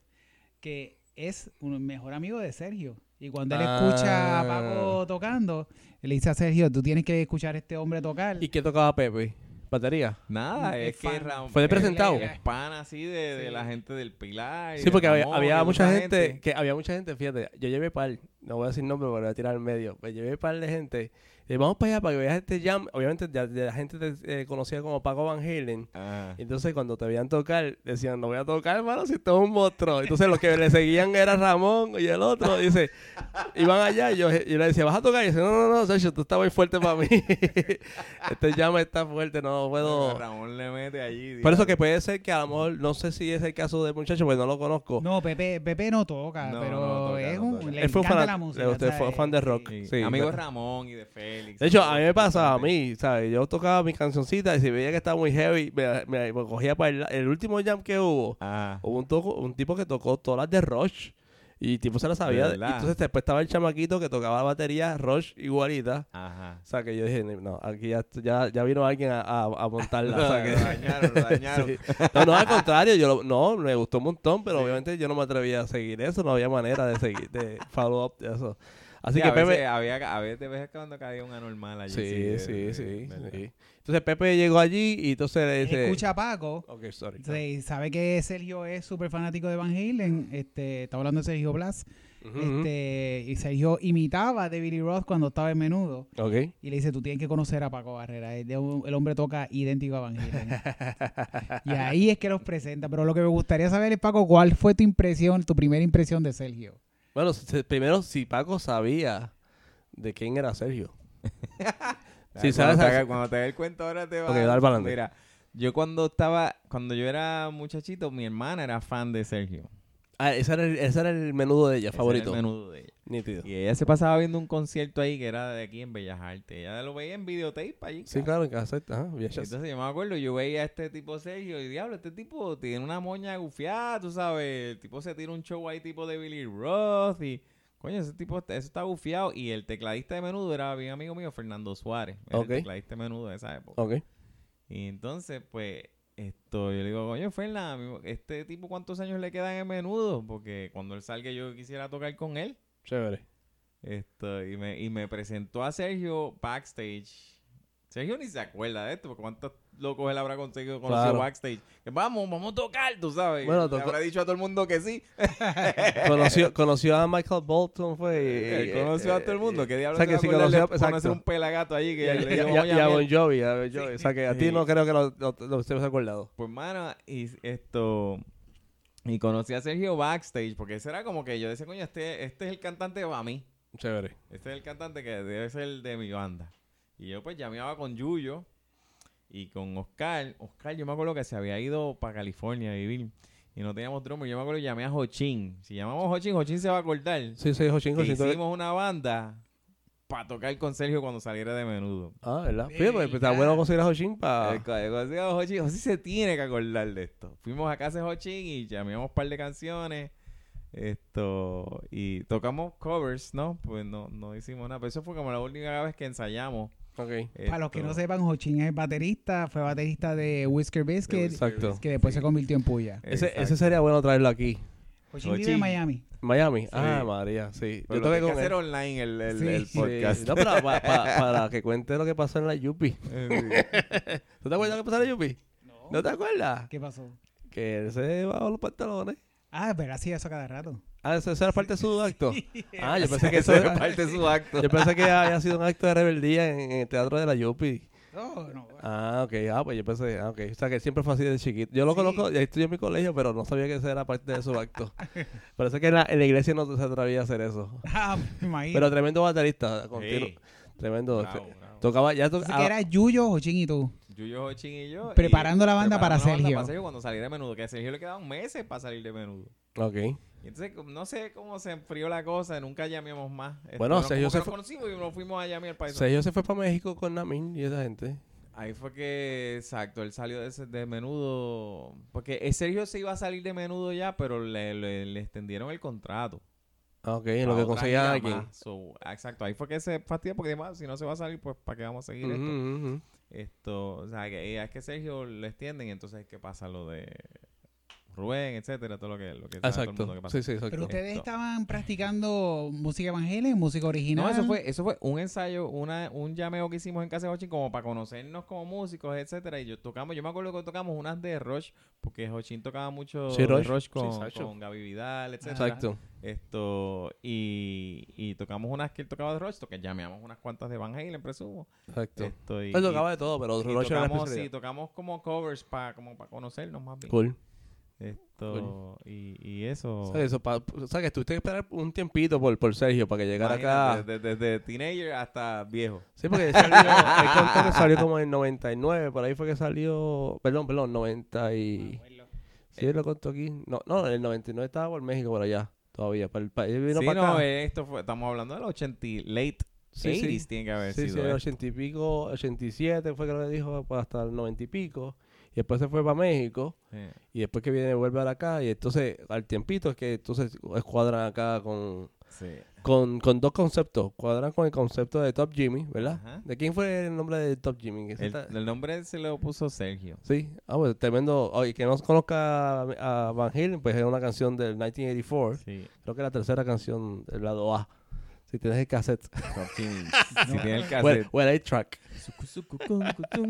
que es un mejor amigo de Sergio. Y cuando él
Ah.
escucha a Paco tocando, él le dice a Sergio, tú tienes que escuchar a este hombre tocar.
¿Y qué tocaba Pepe? ¿Batería?
Nada,
Es
es, que
fan.
Ram-
Mm, Fue de
es-
presentado.
Es pan así de, de la gente del Pilar. y
Sí,
de
porque había,
Ramón,
había
de
mucha gente, que había mucha gente, fíjate, yo llevé par, no voy a decir nombre porque lo voy a tirar al medio, pero llevé par de gente, y vamos para allá para que veas este jam, obviamente ya, ya la gente te eh, conocía como Paco Van Halen,
Ah.
y entonces cuando te veían tocar, decían, no voy a tocar, hermano, si esto es un monstruo, entonces los que le seguían era Ramón y el otro, y dice, iban allá, y yo, y le decía, ¿vas a tocar? Y dice, no, no, no, Sergio, tú estás muy fuerte para mí, este jam está fuerte, no puedo...
Ramón le mete allí.
Por eso
diablo.
que puede ser que a lo mejor, no sé si es el caso del muchacho, porque no lo conozco.
No, Pepe, Pepe no toca,
No,
pero
no toca,
es
no
un,
toca.
le
Él fue un
encanta
fan-
la música.
le- usted
¿sabes?
fue fan de rock.
Sí.
Y
Sí,
amigo de
pero-
Ramón y de Félix.
De hecho,
y
a mí
de
me pasaba, a
gente.
mí, ¿sabes? Yo tocaba mis cancioncitas y si veía que estaba muy heavy, me, me- me cogía para el, el último jam que hubo.
Ah,
Hubo un, toco, un tipo que tocó todas las de Rush y tipo se las sabía.
¿De
y
verdad?
entonces después estaba el chamaquito que tocaba la batería Rush igualita.
ajá.
O sea que yo dije, no, aquí ya, ya, ya vino alguien a, a, a montarla. o sea que-
Lo dañaron, lo dañaron.
Sí. No, no, al contrario, yo lo- no, me gustó un montón, pero
Sí.
obviamente yo no me atrevía a seguir eso, no había manera de seguir, de follow up de eso. Así
Sí,
que
a veces,
Pepe.
había, a veces de vez en cuando caía un anormal allí.
Sí,
de-
sí,
de-
sí,
¿verdad?
sí. Entonces Pepe llegó allí y entonces le
Él
dice.
escucha a Paco,
Ok, sorry.
sí, sabe que Sergio es súper fanático de Van Halen, este, está hablando de Sergio Blas,
Ujú,
este, y Sergio imitaba a David Lee Roth cuando estaba en menudo.
ujú. Ok.
Y le dice, tú tienes que conocer a Paco Barrera. El, de- el hombre toca idéntico a Van Halen. y ahí es que los presenta. Pero lo que me gustaría saber es, Paco, ¿cuál fue tu impresión, tu primera impresión de Sergio?
Bueno, si- si- primero, si Paco sabía de quién era Sergio. Sí, sabes,
Ah, cuando, te,
sabes-
haga- cuando te dé el cuento ahora te va
Ok, dale pa'lante.
Mira, yo cuando estaba, cuando yo era muchachito, mi hermana era fan de Sergio.
Ah, ese era el, ese era el menudo de ella,
Ese era
favorito.
el menudo de ella.
nítido.
Y ella se pasaba viendo un concierto ahí que era de aquí en Bellas Artes. Ella lo veía en videotape allí.
Sí, claro, en cassette. Ajá, VHS.
Entonces yo me acuerdo, yo veía a este tipo Sergio y diablo, este tipo tiene una moña gufiada, tú sabes, el tipo se tira un show ahí tipo de Billy Roth y coño, ese tipo está- eso está gufiado y el tecladista de menudo era bien amigo mío, Fernando Suárez, era
Ok.
el tecladista de menudo de esa época.
Ok.
Y entonces, pues, esto, yo le digo, coño, Fernando, este tipo cuántos años le quedan en menudo, porque cuando él salga yo quisiera tocar con él.
Chévere.
Esto, y me, y me presentó a Sergio backstage. Sergio ni se acuerda de esto, porque cuántos locos él habrá conseguido conocer
Claro.
backstage. Que vamos, vamos a tocar, tú sabes.
Bueno,
Le
tocó-
habrá dicho a todo el mundo que sí.
conoció, conoció a Michael Bolton, fue. y-
Él
y-
Eh, conoció a todo el mundo.
y-
¿Qué diablos
eh, o sea, que
se
sí
va a acordar de
conoció- exacto.
conocer un pelagato allí que
y,
le
y-
dijo,
y-
"Vamos a
y a
llamar".
Bon Jovi, a Bon Jovi. O sea, que a ti
Sí.
no creo que lo, lo, lo estés acordado.
Pues, mano, y esto. Y conocí a Sergio backstage, porque ese era como que yo decía, coño, este, este es el cantante de mí.
Chévere.
Este es el cantante que debe ser de mi banda. Y yo pues llameaba con Yuyo y con Oscar. Oscar, yo me acuerdo que se había ido para California a vivir. Y no teníamos drummer. Yo me acuerdo que llamé a Jochín. Si llamamos a Jochín, Jochín se va a acordar.
Sí, sí, Joshin,
que
Joshin.
hicimos una banda para tocar con Sergio cuando saliera de menudo.
Ah, ¿verdad? Fíjate, pues, está
Verdad.
bueno conseguir a Joshin
Eh,
para.
cuando yo conocí a Jochín, Jochín se tiene que acordar de esto. Fuimos a casa de Jochín y llamamos un par de canciones. Esto, y tocamos covers, ¿no? Pues no, no hicimos nada. Pero eso fue como la única vez que ensayamos.
Ok.
Para los que no
esto.
sepan, Jochín es baterista, fue baterista de Whisker Biscuit,
Exacto.
que después se convirtió en Puya.
Ese,
Exacto.
ese sería bueno traerlo aquí.
Jochín vive en
Jochín.
Miami.
Miami. Ah,
Sí.
María, sí.
Pero lo
toqué
hay que
con
hacer
él.
online el, el,
Sí.
el
Sí,
podcast.
no, pero pa- pa- para que cuente lo que pasó en la Yupi. ¿Tú te acuerdas lo que pasó en la Yupi? No. te acuerdas?
¿Qué pasó?
Que él se bajó los pantalones.
Ah, pero hacía eso cada rato.
Ah, ¿eso, eso era parte de su acto. Ah, yo pensé que eso
Eso es
era
parte de su acto.
Yo pensé que había sido un acto de rebeldía en, en el teatro de la Yupi.
No, no.
Ah, ok. Ah, pues yo pensé, ah, ok. O sea, que él siempre fue así de chiquito. Yo lo
Sí.
conozco, ya estudié en mi colegio, pero no sabía que eso era parte de su acto. Parece que en la, en la iglesia no se atrevía a hacer eso.
Ah, me imagino.
Pero tremendo baterista. continuo-
Sí.
Tremendo.
Bravo,
Este,
bravo.
Tocaba, ya ah,
Así
ah,
tocaba.
que era Yuyo, Jochín y tú.
Yuyo Hochin y yo. y
Preparando la banda para
preparando la
Sergio.
cuando saliera de menudo. Que a Sergio le quedaban meses para salir de menudo.
Ok.
Y entonces, como- no sé cómo se enfrió la cosa. Nunca llamamos más. Esto,
Bueno,
no,
Sergio
como
se
que nos
fue-
conocimos y nos fuimos a llamar al país.
Sergio se fue para México con Namin y esa gente.
Ahí fue que, exacto, él salió de, ese- de menudo. Porque eh, Sergio se iba a salir de menudo ya, pero le, le- le extendieron el contrato.
Ah, ok. En lo
para
que
otra
conseguía
gira
a alguien.
más. So, exacto, ahí fue que se fastidia porque dijo, "Ah, si no se va a salir, pues ¿para qué vamos a seguir esto?
Ujú, ujú.
Esto, o sea, que eh, es que Sergio lo extienden y entonces es que pasa lo de Rubén, etcétera, todo lo que, lo que sabe todo el mundo que
Exacto.
pasa.
Sí, sí, exacto.
Pero ustedes
Esto.
estaban practicando música evangélica, música original.
No, eso fue, eso fue un ensayo, una, un llameo que hicimos en Casa de Hochin como para conocernos como músicos, etcétera. Y yo tocamos, yo me acuerdo que tocamos unas de Rush, porque Hochin tocaba mucho
Sí,
de
Rush.
Rush,
Sí,
con,
Sacho.
con Gaby Vidal, etcétera.
Exacto.
Esto, y, y tocamos unas que él tocaba de Rush, que llameamos unas cuantas de Van Halen, presumo.
Exacto.
Esto, Eh, y,
Él
y-
tocaba de todo, pero
y
Rush era la
tocamos, sí,
especialidad.
tocamos como covers para como para conocernos más bien.
Cool.
Esto, y, y eso.
O sea, eso, pa- o sea, que tuviste que esperar un tiempito por, por Sergio para que llegara
Imagínate,
acá.
de- Desde, teenager hasta viejo.
Sí, porque Sergio, él contó que salió como en el 99, por ahí fue que salió, perdón, perdón, 90 y... Sí, él lo contó aquí. No, no, en el 99 estaba por México, por allá, todavía. Para el, pa- él vino
sí,
para
no,
acá.
eh, esto fue, estamos hablando del 80, y- late
Sí,
80s
sí.
tiene que haber
Sí, sí,
sido.
en el
eh.
80 y pico, 87 fue que lo dijo, pues, hasta el 90 y pico. Y después se fue para México.
Eh,
Y después que viene, vuelve para acá. Y entonces, al tiempito, es que entonces escuadran acá con,
sí.
con, con dos conceptos. Cuadran con el concepto de Top Jimmy, ¿verdad?
Ajá.
¿De quién fue el nombre de Top Jimmy? Ese
El,
está-
el nombre se lo puso Sergio.
Sí, ah, pues tremendo. Oye, que no conozca a a Van Halen, pues es una canción del 1984.
Sí.
Creo que es la tercera canción del lado A. Si tienes el cassette.
Top Teens. si tiene el
Well,
cassette.
well, hay track.
Pero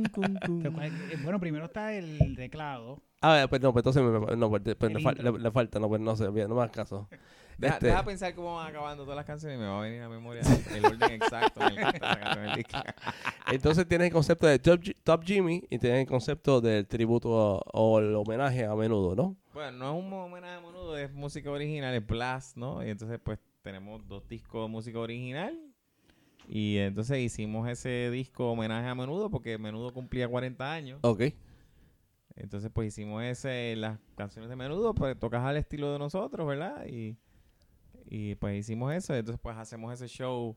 cuál- eh, Bueno, primero está el teclado.
A ver, pues no, pues entonces me- no, pues, de- pues,
El
le, fal-
intro.
le- le falta, no, pues no sé, bien, no me hagas caso.
Deja,
Este-
deja pues, pensar cómo van acabando todas las canciones y me va a venir a memoria el orden exacto en el que está la canción del disco. ah,
Entonces tienes el concepto de Top, Gi- Top Jimmy y tienes el concepto del tributo a- o el homenaje a menudo, ¿no?
Bueno, no es un homenaje a menudo, es música original, es blast, ¿no? Y entonces, pues, tenemos dos discos de música original. Y entonces hicimos ese disco homenaje a menudo porque menudo cumplía 40 años.
Ok.
Entonces, pues, hicimos ese, las canciones de menudo, pues, tocas al estilo de nosotros, ¿verdad? Y, Y pues hicimos eso. Entonces, pues hacemos ese show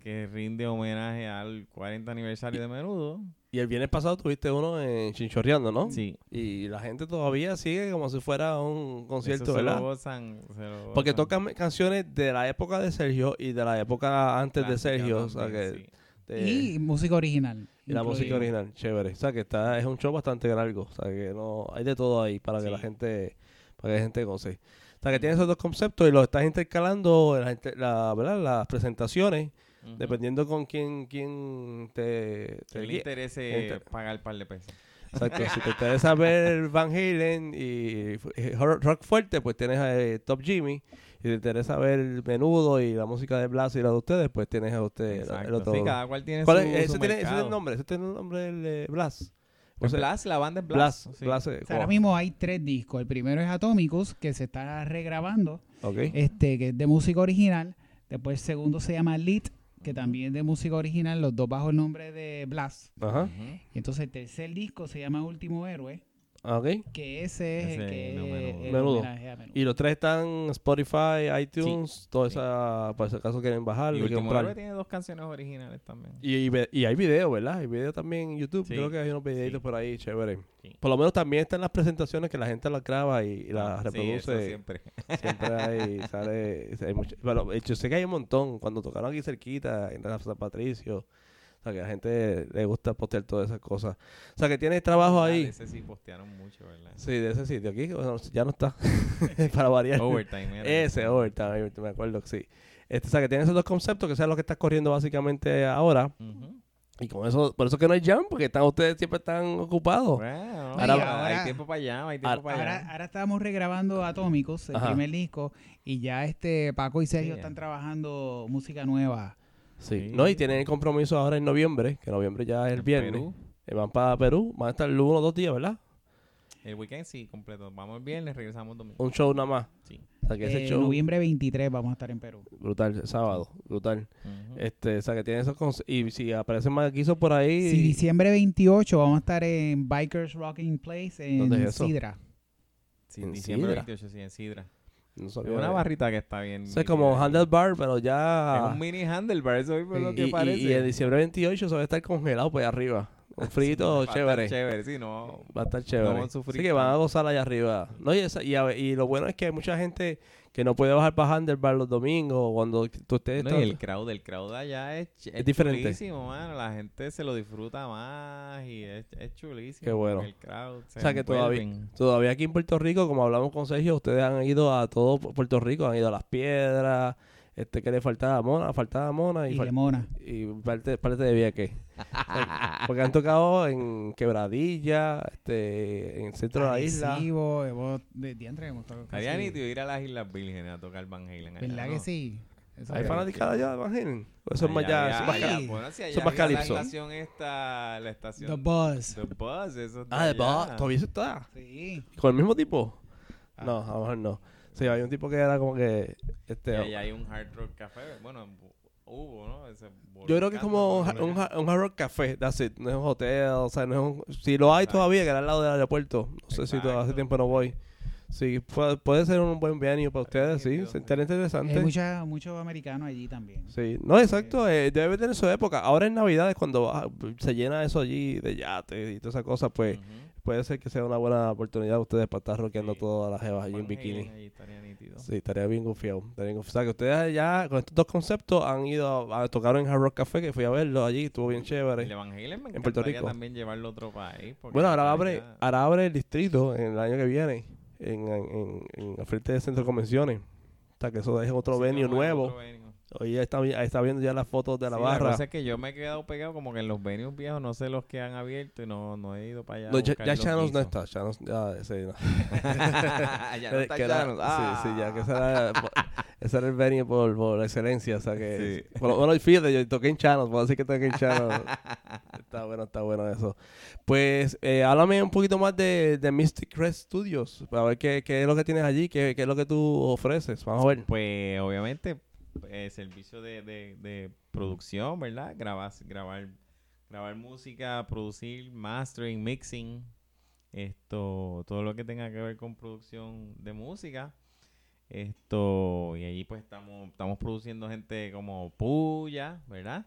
que rinde homenaje al 40 aniversario de menudo.
Y el viernes pasado tuviste uno en Chinchorreando, ¿no?
Sí.
Y la gente todavía sigue como si fuera un concierto,
Eso se
oh, ¿verdad?
lo gozan, se lo
Porque
gozan.
tocan canciones de la época de Sergio y de la época antes de
Clásica
Sergio. o sea
también,
que,
sí.
eh,
y música original.
y la música
incluida.
original, chévere. O sea que está, es un show bastante largo. O sea que no, hay de todo ahí para que la
Sí.
gente, para que la gente goce. O sea que tienes esos dos conceptos y los estás intercalando en la inter- la- ¿verdad? las presentaciones,
Ujú.
dependiendo con quién, quién te,
Que
te
le
guíe.
interese
Inter-
pagar el par de pesos.
Exacto, si te interesa ver Van Halen y eh, hard rock fuerte, pues tienes a Top Jimmy. Si te interesa ver Menudo y la música de Blas y la de ustedes, pues tienes a usted el- el
Exacto.
otro.
Sí, cada cual tiene
¿Cuál
su,
es? ese,
su
tiene, ese tiene
mercado.
el nombre, ese tiene el nombre del eh, Blas. O
Pues
sea,
Blas, la banda es Blas.
Blas,
sí.
Blas, eh,
O sea, ahora
wow.
mismo hay tres discos. El primero es Atómicos, que se está regrabando,
Ok.
este, que es de música original. Después el segundo se llama Lit, que también es de música original, los dos bajo el nombre de Blast.
Ajá.
Ujú.
Y entonces el tercer disco se llama Último Héroe,
Ok.
que ese es el
Ese
que
no, Menudo.
es el
Menudo.
homenaje a Menudo.
Y los tres están en Spotify, iTunes, todo esa, por si acaso quieren bajar
Y
y
Último Héroe
comprar.
tiene dos canciones originales también.
Y, y ve- y hay video, ¿verdad? Hay video también en YouTube.
Sí.
Creo que hay unos videitos
Sí.
por ahí, chévere.
Sí.
Por lo menos también están las presentaciones que la gente las graba y, y las
Ah, Sí, eso
reproduce.
siempre.
Siempre hay, sale, hay mucho- bueno, yo sé que hay un montón. Cuando tocaron aquí cerquita, en la San Patricio, o sea, que a la gente le gusta postear todas esas cosas. O sea, que tienes trabajo
Dale,
ahí.
Ese sí postearon mucho, ¿verdad?
Sí, de ese sitio aquí, bueno, ya no está. Para variar.
Overtime. era.
Ese overtime, overtime, me acuerdo que sí. Este, o sea, que tienes esos dos conceptos que sea lo que estás corriendo básicamente ahora.
Ujú.
Y con eso, por eso que no hay jam, porque están, ustedes siempre están ocupados.
Bueno,
Ahora-
hay-
ahora-
hay tiempo para allá, hay tiempo
ahora-
para allá.
Ahora, ahora estábamos regrabando Atómicos, el
Ajá.
primer disco, y ya este Paco y Sergio
Sí,
están
ya.
trabajando música nueva.
Sí.
Sí.
No, y tienen el compromiso ahora en noviembre, que noviembre ya es el viernes.
Perú,
Eh, Van para Perú, van a estar uno o dos días, ¿verdad?
el weekend sí, completo. Vamos el viernes, regresamos domingo.
Un show nada más.
Sí.
O sea, que ese
Eh,
show
noviembre 23 vamos a estar en Perú.
brutal, sábado, brutal.
Ujú.
Este, o sea, que tienen esos cons- y si aparecen más aquí, por ahí.
Sí, diciembre 28 vamos a estar en Bikers Rocking Place en
¿Dónde es eso?
Sidra.
Sí,
en
diciembre
Sidra.
28, sí, en Sidra.
no
Es
sabía
una
de-
barrita que está bien.
Eso es como
líquida.
Handlebar, pero
Es
ya.
un mini handlebar, eso mismo es lo
y,
que
y-
parece.
y en diciembre 28 se va a estar congelado por allá arriba. Un
Va a
frito
estar
chévere.
Chévere, sí, no.
Va a estar chévere.
vamos a sufrir
Así que van a
tanto.
gozar allá arriba. No, y, esa- y, a- y lo bueno es que hay mucha gente que no puede bajar para Handlebar los domingos o cuando tú estés.
No, y el crowd, el crowd allá es, ch-
Es diferente.
chulísimo, mano. La gente se lo disfruta más y es, es chulísimo.
Qué bueno.
El crowd.
O sea que todavía-
envuelven.
Todavía aquí en Puerto Rico, como hablamos con Sergio, ustedes han ido a todo Pu- Puerto Rico, han ido a Las Piedras, este que le faltaba a Mona, faltaba a Mona y,
Y
fal-
Lemona.
y parte, parte de Vieques. O sea, Porque han tocado en Quebradilla, este, en el centro de la isla.
Arecibo, hemos- eh, de diantre hemos tocado
Estaría
casi-
nítido ir a las Islas Vírgenes a tocar Van Halen. allá,
¿Verdad que
¿no?
sí? Eso
Hay
es-
fanaticada allá, imaginen. Eso es más
Allá,
allá, eso es más
allá,
acá.
ca-
Bueno, si allá
eso es más
había
calipso.
La estación esta, la estación.
The Buzz.
The Buzz, eso es
Ah, de
allá.
Boston, todavía eso está.
Sí.
¿Con el mismo tipo?
Ah.
No, a lo mejor no. Sí, hay un tipo que era como que...
Y
Este,
allá hay un Hard Rock Café. Bueno, bu- hubo, ¿no? Ese
Yo creo que es como un,
volcán,
ha-
¿no?
un, ha- un Hard Rock Café, that's it. No es un hotel, o sea, no es un- Si lo hay
Exacto.
todavía, que era al lado del aeropuerto. No sé si todavía hace
Exacto.
tiempo no voy. Sí, puede, puede ser un buen venue para ustedes, sí.
Definitivo,
Se
sí.
estaría interesante.
Hay mucha- muchos americanos allí también.
Sí, no, exacto, eh, debe tener su época. Ahora en Navidad es cuando baja- se llena eso allí de yates y todas esas cosas, pues
Ujú.
puede ser que sea una buena oportunidad ustedes para estar rockeando
Mm. Sí.
todas las jevas allí en
Van
bikini.
Halen allí estaría nítido.
Sí, estaría bien confiado. Estaría bien confiado. O sea, que ustedes ya con estos dos conceptos han ido a, a tocar en Hard Rock Café, que fui a verlo allí, estuvo bien chévere.
El Evangelion me
En Puerto
encantaría
Rico.
también llevarlo a otro país. porque
Bueno, ahora
está
abre,
ya-
ahora abre el distrito en el año que viene, en, en, en- en el frente del centro de convenciones. O sea, que eso es otro
sí,
venue
tenemos el
nuevo.
otro venue.
Hoy ya está, vi- ahí está viendo ya las fotos de la
Sí,
barra.
cosa es que yo me he quedado pegado como que en los venues viejos no sé los que han abierto y no, no he ido para allá. a
No, ya,
buscar
ya
los
Chanos no
guisos.
está, Chanos ya, ese, no.
ya no está
Que era-
Chanos. Ah.
Sí, sí, ya que ese era, ese era el venue por, por excelencia, o sea que...
Sí.
Bueno, bueno, fíjate, yo toqué en Chanos, puedo decir que toqué en Chanos. está bueno, está bueno eso. Pues, eh, háblame un poquito más de, de Mystic Crest Studios, para ver qué, qué es lo que tienes allí, qué, qué es lo que tú ofreces, vamos a ver.
Pues obviamente eh, servicio de, de- de producción, ¿verdad? Grabar, grabar, grabar música, producir, mastering, mixing, esto, todo lo que tenga que ver con producción de música. Esto, y allí pues estamos, estamos produciendo gente como Puya, ¿verdad?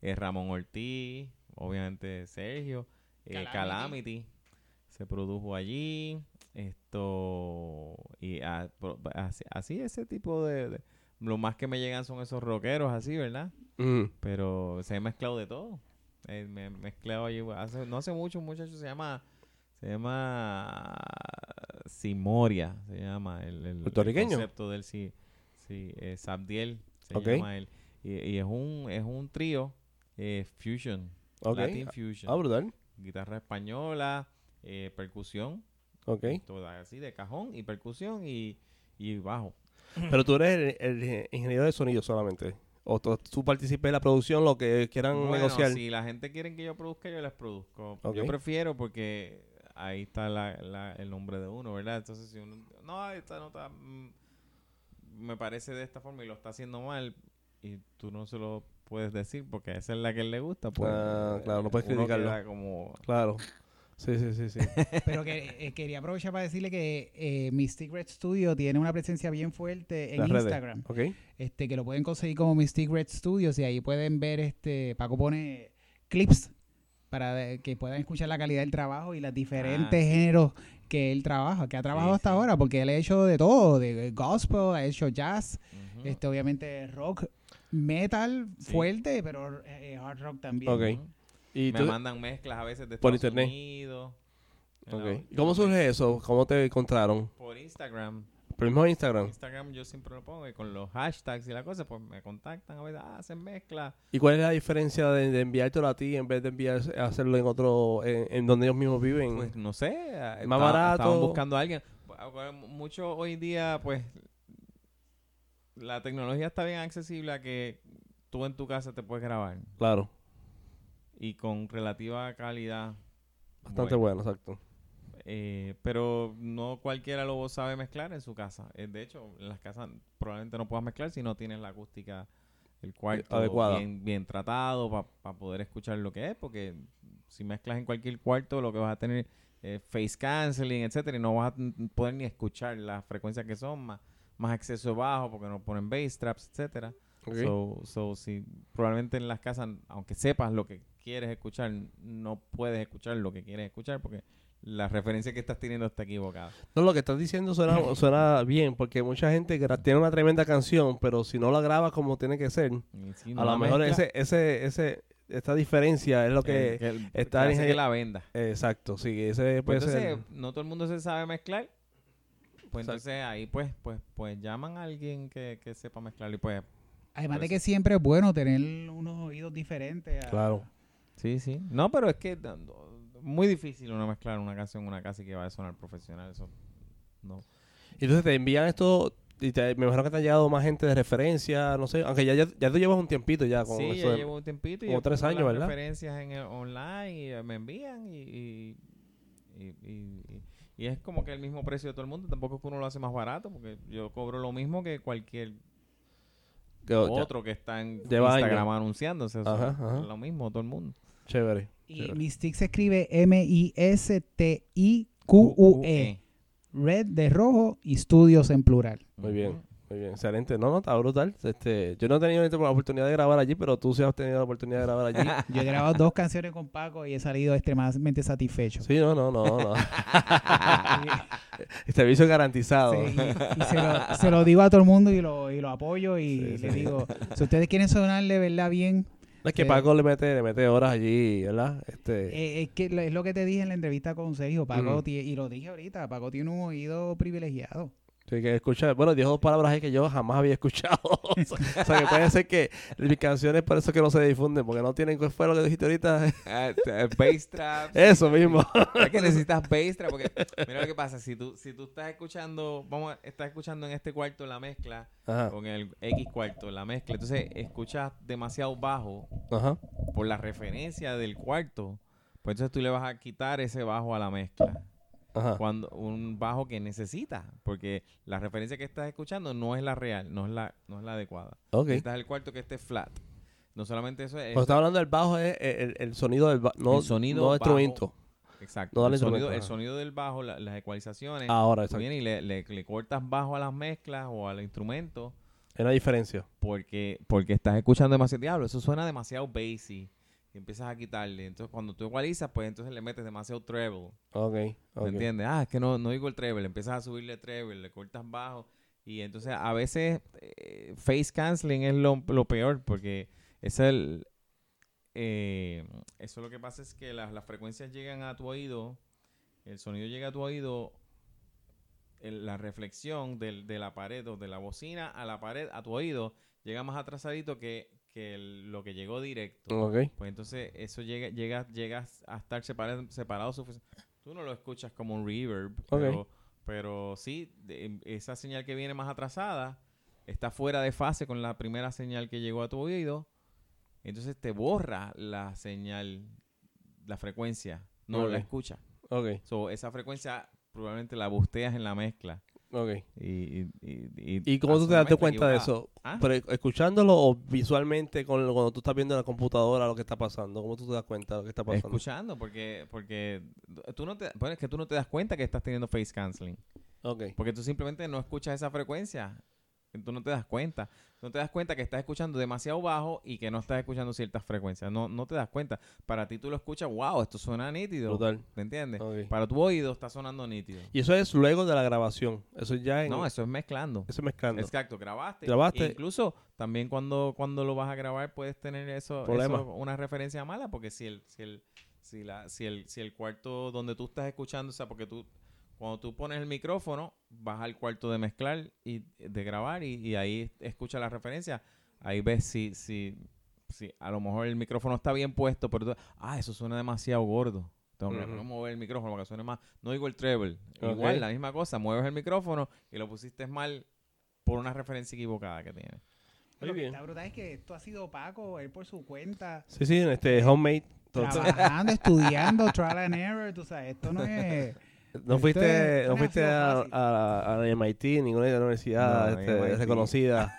Eh, Ramón Ortiz, obviamente Sergio, eh, Calamity.
Calamity.
se produjo allí. Esto, y a- pro- así, así ese tipo de, de- Lo más que me llegan son esos rockeros así, ¿verdad?
Mm.
Pero se ha mezclado de todo. Eh, me he mezclado allí. hace- no hace mucho un muchacho se llama. Se llama. Simoria, se llama. El, el- el
¿Puertorriqueño?
concepto del sí. Sí, eh, Sabdiel se
Ok.
llama él. Y, y es un, es un trío eh, fusion.
Ok.
Latin fusion.
Ah, brutal.
Guitarra española, eh, percusión.
Ok.
Todo así de cajón y percusión y, y bajo.
Pero tú eres el, el ingeniero de sonido solamente. O tú, tú participes en la producción, lo que quieran
Bueno,
negociar.
si la gente quiere que yo produzca, yo les produzco.
Ok.
Yo prefiero porque ahí está la- la- el nombre de uno, ¿verdad? Entonces, si uno... No, esta nota mm, me parece de esta forma y lo está haciendo mal y tú no se lo puedes decir porque esa es la que a él le gusta, pues...
Ah, claro, no puedes
uno
criticarlo.
queda como...
Claro. Sí, sí, sí, sí.
Pero que, eh, quería aprovechar para decirle que eh, Mystic Red Studio tiene una presencia bien fuerte en
Las redes.
Instagram.
ok.
Este, que lo pueden conseguir como Mystic Red Studios y ahí pueden ver, este, Paco pone clips para de- que puedan escuchar la calidad del trabajo y los diferentes géneros que él trabaja, que ha trabajado
Ah, Sí,
hasta
sí.
ahora, porque él ha hecho de todo, de gospel, ha hecho jazz,
ujú.
este, obviamente rock, metal
Mm. Sí.
fuerte, pero eh, hard rock también.
Ok.
Ujú.
¿Y
Me
tú-
mandan mezclas a veces de
Por
Estados
internet.
Unidos.
ok.
Hello.
¿Y ¿Cómo surge eso? ¿Cómo te encontraron?
Por Instagram.
Por el mismo Instagram.
Instagram yo siempre lo pongo y con los hashtags y la cosa, pues me contactan a veces, ah, se mezcla.
¿Y cuál es la diferencia de, de enviártelo a ti en vez de enviar, hacerlo en otro, en, en donde ellos mismos viven?
Pues no sé, ah,
Más
estaba-
barato.
Estaban buscando a alguien. Bueno, Mucho hoy día, pues, la tecnología está bien accesible a que tú en tu casa te puedes grabar
claro.
y con relativa calidad.
Bastante
buena.
bueno, exacto.
Eh, pero no cualquiera lo sabe mezclar en su casa. Eh, de hecho, en las casas probablemente no puedas mezclar si no tienes la acústica, el cuarto
Adecuada.
Bien, bien tratado para poder escuchar lo que es, porque si mezclas en cualquier cuarto lo que vas a tener es face canceling, etcétera, y no vas a n- poder ni escuchar las frecuencias que son más, más acceso bajo porque no ponen bass traps, etcétera.
Ok.
So, so, si probablemente en las casas, aunque sepas lo que quieres escuchar, no puedes escuchar lo que quieres escuchar porque la referencia que estás teniendo está equivocada.
No, lo que estás diciendo suena, suena bien, porque mucha gente gra- tiene una tremenda canción, pero si no la graba como tiene que ser,
Y si
a
no
lo
la
mejor
mezclas,
ese, ese, ese, esta diferencia es lo que...
eh, el-
está
que
en-
hace que la venda.
Exacto, sí, Eh, ese
Pues
puede ser...
entonces, no todo el mundo se sabe mezclar. Pues
Exacto.
entonces ahí pues pues pues llaman a alguien que, que sepa mezclar y pues
Además
Por
de
eso.
que siempre es bueno tener unos oídos diferentes. a-
Claro.
sí, sí. No, pero es que da- no, muy difícil uno mezclar una canción en una casa y que vaya a sonar profesional, eso no.
Y Entonces te envían esto y te, me imagino que te han llegado más gente de referencia, no sé, aunque ya, ya, ya tú llevas un tiempito ya con
sí,
eso.
ya
de-
llevo un tiempito y
como
yo
tres
pongo
años,
las
¿verdad?
referencias en el online y eh, me envían y, y, y- y- y- y es como que el mismo precio de todo el mundo. Tampoco es que uno lo hace más barato porque yo cobro lo mismo que cualquier
que- ya-
otro que está en
Lleva
Instagram anunciándose. o sea,
Ajá, ajá.
Es lo mismo todo el mundo.
Chévere.
Y
chévere.
Mystic se escribe
E.
E.
M-I-S-T-I-Q-U-E. Red de rojo y estudios en plural.
Muy bien. Muy bien, excelente. No, no, está brutal. Este, yo no he tenido la oportunidad de grabar allí, pero tú sí has tenido la oportunidad de grabar allí.
Yo he grabado dos canciones con Paco y he salido extremadamente satisfecho.
Sí, Ah, no, no, no, no. El servicio garantizado.
Sí, y se lo, se lo digo a todo el mundo y lo, y lo apoyo y
Sí,
le
sí.
digo, si ustedes quieren sonarle, ¿verdad? Bien,
No, es que
Sí.
Paco le mete, le mete horas allí, ¿verdad? Este,
Eh, es, que lo- es lo que te dije en la entrevista con Sergio, Paco,
Ujú.
tie- y lo dije ahorita, Paco tiene un oído privilegiado.
sí, que escucha, bueno, dijo dos palabras ahí que yo jamás había escuchado. o sea, que puede ser que mis canciones por eso que no se difunden, porque no tienen cuál fue lo que dijiste ahorita.
Ah, eh, bass traps.
eso mismo.
Es que necesitas bass trap porque mira lo que pasa. Si tú, si tú estás escuchando, vamos, a- estás escuchando en este cuarto la mezcla
Ajá.
con el X cuarto la mezcla. Entonces escuchas demasiado bajo.
Ajá.
por la referencia del cuarto, pues entonces tú le vas a quitar ese bajo a la mezcla.
Ajá.
Cuando un bajo que necesitas, porque la referencia que estás escuchando no es la real, no es la, no es la adecuada.
Ok.
Necesitas el cuarto que esté flat. No solamente eso es
Cuando está hablando del bajo, es el, el- el sonido del ba- no,
El sonido
no
bajo.
instrumento.
exacto.
No da el
el, sonido,
instrumento,
el
ajá.
sonido del bajo, la- las ecualizaciones.
Ahora,
tú
exacto.
vienes y le, le- le cortas bajo a las mezclas o al instrumento
Es la diferencia.
porque, porque estás escuchando demasiado diablo. Eso suena demasiado bassy. Y empiezas a quitarle. Entonces, cuando tú ecualizas, pues entonces le metes demasiado treble.
Ok.
¿Me
ok.
entiendes? Ah, es que no, no digo el treble. Empiezas a subirle treble, le cortas bajo. Y entonces, a veces, eh, face canceling es lo, lo peor porque es el... eh, eso lo que pasa es que las, las frecuencias llegan a tu oído, el sonido llega a tu oído, el- la reflexión del, de la pared o de la bocina a la pared, a tu oído, llega más atrasadito que, que el- lo que llegó directo.
Ok.
Pues entonces eso llega, llega, llega a estar separado, separado sufici- Tú no lo escuchas como un reverb, pero, pero sí, de- em, esa señal que viene más atrasada está fuera de fase con la primera señal que llegó a tu oído. Entonces te borra la señal, la frecuencia. No
Ok.
la escuchas.
Ok.
So, esa frecuencia probablemente la busteas en la mezcla.
Ok.
¿Y, y,
¿Y cómo tú
haces
te
una
das
mezcla
cuenta de
equivocada.
eso?
Ah.
Pero, ¿Escuchándolo o visualmente con, lo- cuando tú estás viendo en la computadora lo que está pasando? ¿Cómo tú te das cuenta de lo que está pasando?
Escuchando, porque, porque tú no te, bueno, es que tú no te das cuenta que estás teniendo face canceling.
Ok.
Porque tú simplemente no escuchas esa frecuencia. Tú no te das cuenta. No te das cuenta que estás escuchando demasiado bajo y que no estás escuchando ciertas frecuencias. No, no te das cuenta. Para ti tú lo escuchas, wow, esto suena nítido.
Brutal.
¿Me entiendes?
Ok.
Para tu oído está sonando nítido.
Y eso es luego de la grabación. Eso ya en,
No, eso es mezclando.
eso es mezclando.
Exacto, grabaste.
Grabaste.
Incluso también cuando, cuando lo vas a grabar puedes tener eso,
Problema.
eso, una referencia mala, porque si el, si el, si la, si el, si el cuarto donde tú estás escuchando, o sea, porque tú cuando tú pones el micrófono, vas al cuarto de mezclar y de grabar y, y ahí escuchas la referencia, ahí ves si, si, si a lo mejor el micrófono está bien puesto, pero tú- ah, eso suena demasiado gordo. Tengo que
Ujú.
mover el micrófono para que suene más. No digo el treble.
Ok.
Igual, la misma cosa. Mueves el micrófono y lo pusiste mal por una referencia equivocada que tiene.
Muy
Lo que
bien.
está brutal es que esto ha sido opaco, él por su cuenta,
Sí, sí, en este homemade. Entonces,
trabajando, estudiando, trial and error, tú sabes, esto no es...
no fuiste,
Este-
no fuiste a,
ha sido fácil.
a, a la MIT, ninguna de las universidades
No,
este,
MIT.
reconocida.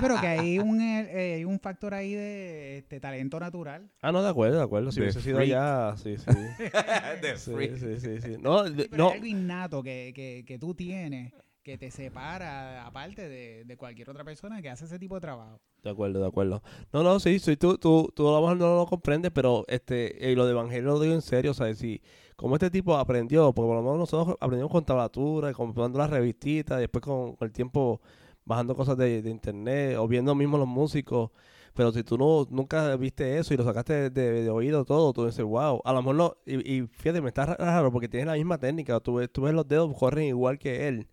Pero que hay un, eh, hay un factor ahí de este, talento natural.
Ah, no, de acuerdo, de acuerdo. Si
The
hubiese sido
freak.
allá, sí, sí.
De
Sí,
freak.
sí, sí, sí. No,
Sí, pero
no.
hay algo innato que, que, que tú tienes que te separa aparte de, de cualquier otra persona que hace ese tipo de trabajo.
De acuerdo, de acuerdo. No, no, sí, sí, tú, tú, tú a lo mejor no lo comprendes, pero este, eh, lo de Evangelio lo digo en serio, o sea, si, como este tipo aprendió, porque por lo menos nosotros aprendimos con tablatura, y comprando las revistitas, y después con, con el tiempo bajando cosas de, de internet, o viendo mismo los músicos, pero si tú no, nunca viste eso y lo sacaste de, de- de oído todo, tú dices, wow, a lo mejor no, y, y fíjate, me está ra- raro, porque tienes la misma técnica, tú, ves- tú ves los dedos, corren igual que él,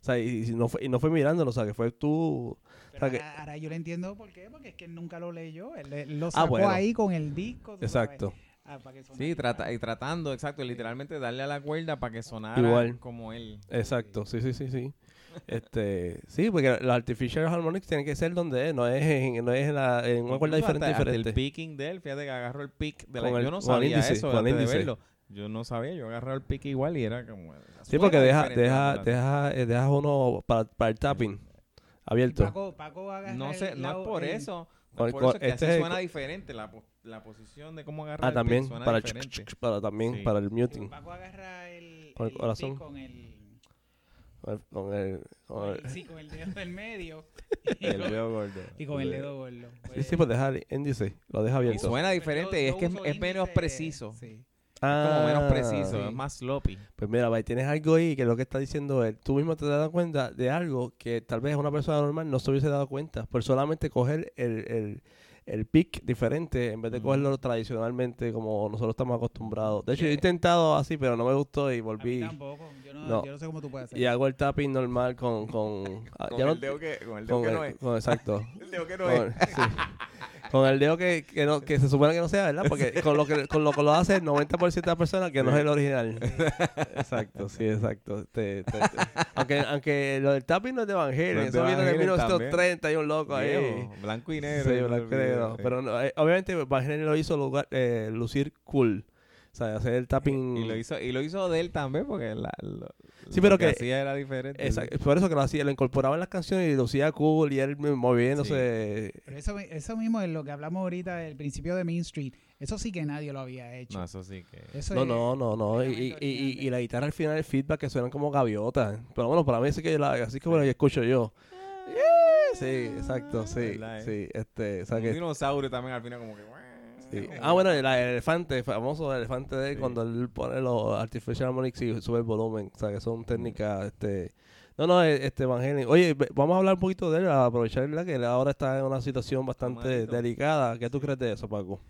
o sea, y, y no fue, y no fue mirándolo, o sea, que fue tú...
Pero
O sea que-
ahora, ahora yo le entiendo por qué, porque es que él nunca lo leyó, él, él lo
Ah,
sacó
bueno.
ahí con el disco. tú sabes,
Exacto.
ah, para que sonara
Sí,
igual.
trata, y tratando, exacto, y literalmente darle a la cuerda para que sonara
Igual.
como él.
Exacto, sí, sí, sí, sí. Este, sí, porque los artificial harmonics tienen que ser donde es, no es en, no es en, la- en una cuerda
Incluso
diferente, Este,
hasta- hasta
diferente.
el picking de él, fíjate que agarró el pick de la...
Con el-
yo no
con el
sabía
índice,
eso
con el
antes
índice.
de verlo. Yo no sabía, yo agarré el pick igual y era como...
sí, porque
suena
deja,
diferente
deja,
natural.
deja, eh, dejas uno para, para el tapping
Y
abierto.
Paco, Paco agarra
No
el
sé, no
lado-
es por
el-
eso. No
Con-
es por
con-
eso es que
este
así
es el-
suena diferente la, po- la posición de cómo agarrar
Ah,
el pick
también
suena
para, el chuc,
diferente.
chuc, para también
Sí.
para el
digo,
muting,
Paco agarra el,
Con el
el
corazón.
pick con el,
con el, con el- con
con
el-
el- sí, con el dedo del medio
Y el dedo gordo.
y con el dedo gordo.
sí, sí, pues deja el índice, lo deja
Y
abierto.
suena
Yo-
diferente y
yo
es que es,
uso
es menos
índice,
preciso.
sí.
Es como menos
Ah,
preciso,
sí.
es más sloppy.
Pues mira, Bay, tienes algo ahí que lo que está diciendo él, tú mismo te das cuenta de algo que tal vez una persona normal no se hubiese dado cuenta por solamente coger el, el, el pick diferente en vez de
Ujú.
cogerlo tradicionalmente como nosotros estamos acostumbrados. De hecho, yo he
Sí.
intentado así, pero no me gustó y
A mí
volví
tampoco, yo no,
No.
yo no sé cómo tú puedes hacer.
y hago el tapping normal con... Con, ah, ya no-
que, con el
con el- con- Exacto.
El dedo que
Con, sí. Con el dedo que, que, no- que se supone que no sea, ¿verdad? Porque con lo que, con lo, que lo hace el 90% de las personas que no es el original. Exacto, sí, exacto. Te- te- te- Aunque, aunque lo del tapping no es de Evangelio,
No es de
eso viene de
Evangelion
1930 y un loco ahí.
Blanco y negro.
Sí, blanco y negro. Pero no, eh, obviamente Evangelio lo hizo lugar- eh, lucir cool. O sea, hacer el tapping.
Y lo hizo, y lo hizo de él también porque la, lo,
mm. Sí,
lo
pero que- eh,
que hacía era diferente.
Exacto, Por eso que lo hacía, lo incorporaba en las canciones y lucía cool y él moviéndose.
Pero eso, mi- eso mismo es lo que hablamos ahorita del principio de Main Street. Eso sí que nadie lo había hecho.
No, eso sí que.
Eso
No,
es-
no, no, no. Y, y- y- y la guitarra al final, el feedback que suenan como gaviotas. Pero bueno, para mí sí que la, así como la escucho yo. Sí, exacto, sí.
¿Verdad, eh?
Sí, este, o sea
Un
que-
dinosaurio también al final, como que.
sí.
como-
Ah, bueno, el, el elefante, el famoso elefante de él,
Sí.
cuando él pone los artificial harmonics y sube el volumen. O sea, que son técnicas, este... No, no, eh, este Evangelio. Oye, ve- vamos a hablar un poquito de él, a aprovechar ¿verdad? que él ahora está en una situación bastante
malito.
delicada. ¿Qué tú crees de eso, Paco?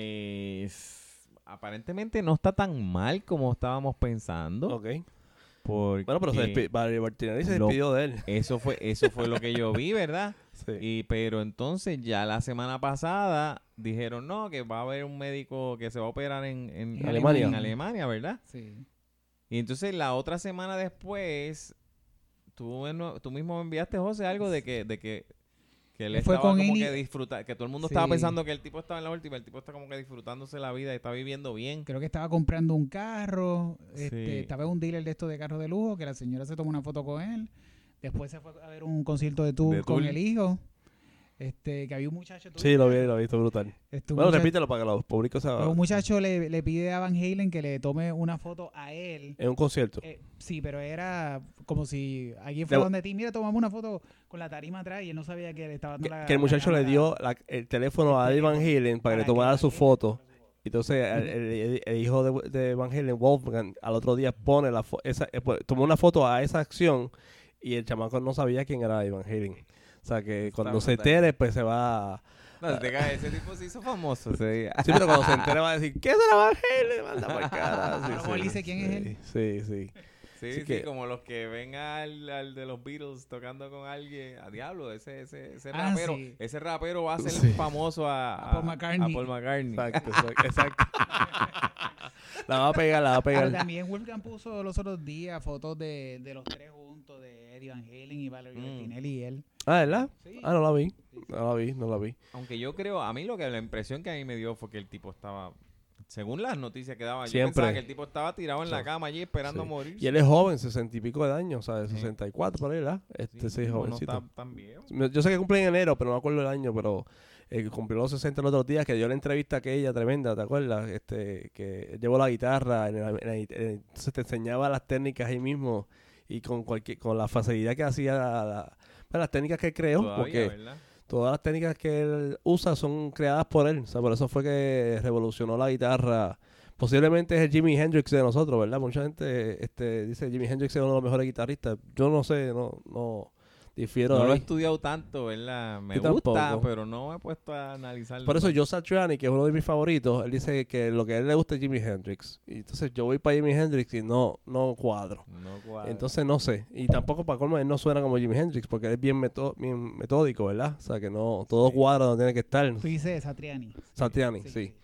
Pues. Aparentemente no está tan mal como estábamos pensando.
Ok.
Porque
Bueno, pero se despi- Barry Martinelli se
Lo-
despidió de él.
eso fue eso fue lo que yo vi, ¿verdad?
Sí.
Y pero entonces ya la semana pasada dijeron no que va a haber un médico que se va a operar en, en-
En
Alemania.
en Alemania, ¿verdad?
Sí.
Y entonces la otra semana después tú, en- tú mismo me enviaste José algo de que de que que él
Él fue
estaba
con
como
Ini-
que disfruta, que todo el mundo
Sí.
estaba pensando que el tipo estaba en la última, el tipo está como que disfrutándose la vida y está viviendo bien.
Creo que estaba comprando un carro. Este,
Sí.
Estaba en un dealer de estos de carros de lujo, que la señora se tomó una foto con él. Después se fue a ver un concierto de Tool
De
con
Tool.
el hijo. Este, que había un muchacho. ¿tú
Sí, lo vi,
viste?
lo he visto brutal.
Este, un
bueno,
muchacho-
repítelo para que los públicos
pero
sepan.
Un muchacho le, le pide a Van Halen que le tome una foto a él.
En un concierto.
Eh, sí, pero era como si alguien fuera
Le-
donde ti, mira, tomamos una foto con la tarima atrás y él no sabía que le estaba dando
que,
la- Ah,
que el
la
muchacho le
cámara
dio la- el teléfono a Eddie Van Halen para que le tomara su
él-
foto. Entonces, el, el- el hijo de, de Van Halen, Wolfgang, al otro día pone la fo- esa, eh, pues, tomó una foto a esa acción y el chamaco no sabía quién era Eddie Van Halen. O sea, que cuando se
brutal.
entere, pues se va... a-
No, te cae, ese tipo se hizo famoso ese día.
Sí, pero cuando se entere va a decir, ¿qué es el Van Halen? Manda para cara. Sí,
A lo mejor
sí,
dice quién es
sí,
él.
Sí, sí.
Sí,
Así
sí,
que-
como los que ven al, al de los Beatles tocando con alguien. A diablo, ese, ese, ese
Ah,
rapero.
sí.
Ese rapero va a ser
Sí.
famoso a,
A Paul McCartney.
a Paul McCartney.
Exacto, exacto, exacto. La va a pegar, la va a
Ahora,
pegar.
también Wolfgang puso los otros días fotos de, de los tres juntos, de Eddie Van Halen y Valerie
Mm.
Bertinelli y él.
Ah, ¿verdad?
Sí.
Ah, no la vi. No la vi, no la vi.
Aunque yo creo, a mí lo que la impresión que a mí me dio fue que el tipo estaba. Según las noticias que daban, yo
Siempre.
pensaba que el tipo estaba tirado en la
Sí.
cama allí esperando
Sí.
morir.
Y él es joven, sesenta y pico de años, o sea, de
Sí.
64 por ahí, ¿verdad? Este sí, jovencito.
No está tan viejo.
Me- Yo sé que cumple en enero, pero no me acuerdo el año, pero eh, cumplió los 60 los otros días, que dio la entrevista aquella tremenda, ¿te acuerdas? Este, que llevó la guitarra, en el- en el- en el- entonces te enseñaba las técnicas ahí mismo y con cualquier, con la facilidad que hacía la- la- pues, las técnicas que él creó,
Todavía,
porque
¿verdad?
todas las técnicas que él usa son creadas por él. O sea, por eso fue que revolucionó la guitarra. Posiblemente es el Jimi Hendrix de nosotros, ¿verdad? Mucha gente este, dice que Jimi Hendrix es uno de los mejores guitarristas. Yo no sé, no, no difiero
no
de
lo he
ahí.
estudiado tanto, ¿verdad? Me
Yo
gusta,
tampoco.
pero no me he puesto a analizarlo.
Por eso Joe Satriani, que es uno de mis favoritos, él dice que lo que a él le gusta es Jimi Hendrix. Y entonces yo voy para Jimi Hendrix y no, no cuadro.
No cuadra.
Entonces no sé. Y tampoco para colmo él no suena como Jimi Hendrix porque él es bien, meto- bien metódico, ¿verdad? O sea que no, todo cuadra donde tiene que estar.
Tú dices Satriani.
Satriani, sí.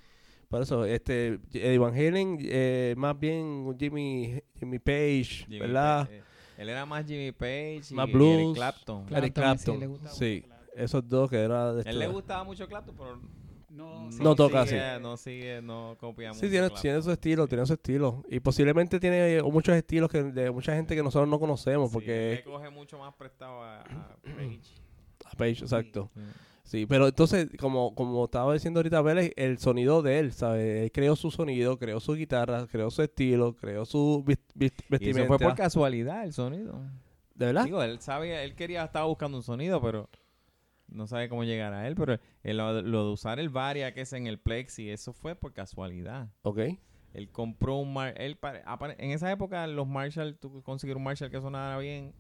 Por eso, este, Eddie Van Halen, eh, más bien Jimmy, Jimmy Page,
Jimmy
¿verdad?
Page, eh, él era más Jimmy Page y,
Más
y
blues.
Eric Clapton.
Claro,
Eric
también sí,
Clapton,
le gusta
sí.
mucho
Esos dos que era de este-
A él le
esta-
gustaba mucho Clapton, pero
No,
no,
sí,
No toca
sí.
sigue,
así.
No sigue, no copia mucho.
Sí, tiene,
Clapton.
tiene su estilo, tiene su estilo. Y posiblemente tiene eh, muchos estilos que, de mucha gente que nosotros no conocemos,
Sí, él
porque...
le coge mucho más prestado a, a Page.
a Page, exacto. Sí, pero entonces, como, como estaba diciendo ahorita Vélez, el sonido de él, ¿sabes? Él creó su sonido, creó su guitarra, creó su estilo, creó su vis- vis-
Y
vestimenta. ¿Ah?
eso fue por casualidad el sonido.
¿De verdad?
Digo, él sabía, él quería, estaba buscando un sonido, pero no sabe cómo llegar a él. Pero el- lo, lo de usar el varia que es en el plexi, eso fue por casualidad.
ok.
Él compró un Mar él pare- apare- en esa época los Marshall, tú conseguir un Marshall que sonara bien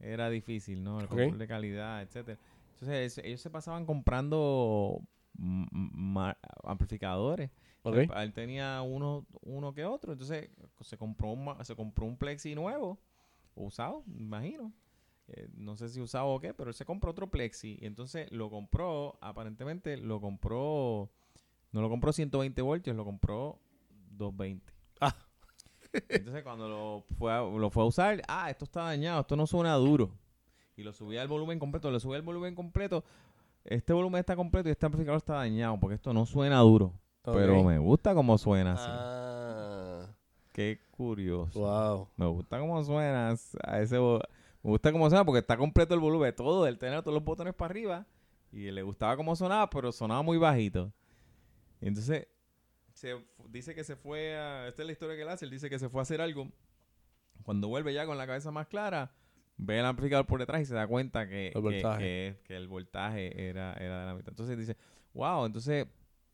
era difícil, ¿no? El
Ok.
control de calidad, etcétera. Entonces es- ellos se pasaban comprando m- ma- amplificadores.
Ok.
Él, él tenía uno, uno que otro, entonces se compró un, ma- se compró un plexi nuevo, usado, me imagino. Eh, no sé si usado o qué, pero él se compró otro plexi y entonces lo compró, aparentemente lo compró, no lo compró 120 voltios, lo compró 220.
Ah.
Entonces cuando lo fue, a, lo fue a usar, ah, esto está dañado, esto no suena duro. Y lo subí al volumen completo, lo subí al volumen completo. Este volumen está completo y este amplificador está dañado porque esto no suena duro. Pero
Ok.
me gusta cómo suena así.
Ah,
Qué curioso.
wow.
Me gusta cómo suena a ese vo- Me gusta cómo suena porque está completo el volumen, todo, él tenía todos los botones para arriba y le gustaba cómo sonaba, pero sonaba muy bajito. Y entonces, se fu- dice que se fue a... Esta es la historia que él hace. Él dice que se fue a hacer algo. Cuando vuelve ya con la cabeza más clara, ve el amplificador por detrás y se da cuenta que,
El
que-
voltaje.
que- que el voltaje era, era de la mitad. Entonces dice, wow, entonces...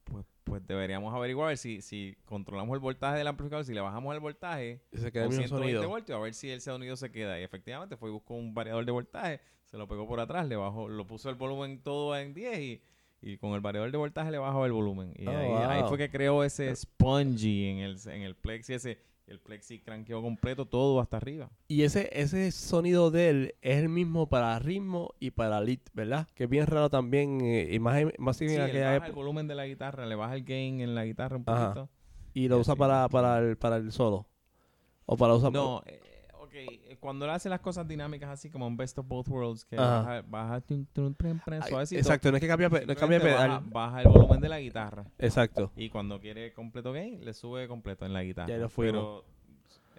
Pues, pues deberíamos averiguar si, si controlamos el voltaje del amplificador, si le bajamos el voltaje,
Y se queda el
con
mismo
120
sonido.
voltios, a ver si el sonido se queda. Y efectivamente fue y buscó un variador de voltaje, se lo pegó por atrás, le bajó, lo puso el volumen todo en 10 y, y con el variador de voltaje le bajó el volumen. Y
Oh,
ahí, ahí
wow.
fue que creó ese spongy en el, en el plexi, ese, el plexi cranqueó completo todo hasta arriba.
Y ese, ese sonido de él es el mismo para ritmo y para lead, ¿verdad? Que es bien raro también, eh, y más, en- más en
Sí, él
aquella
baja el
época.
volumen de la guitarra, le baja el gain en la guitarra un
Ajá.
poquito.
Y lo
Ya,
usa
sí.
para, para, el, para el solo. O para usar...
No, eh, ok, eh, cuando él hace las cosas dinámicas así como en Best of Both Worlds, que
Ajá.
baja, baja tun, tun, tun, tun,
Ay,
suavecito,
exacto, no es que cambia, pe- no es que cambia
simplemente
pedal.
baja- baja el volumen de la guitarra.
Exacto.
Y cuando quiere completo gain, le sube completo en la guitarra.
Ya lo fuimos.
Pero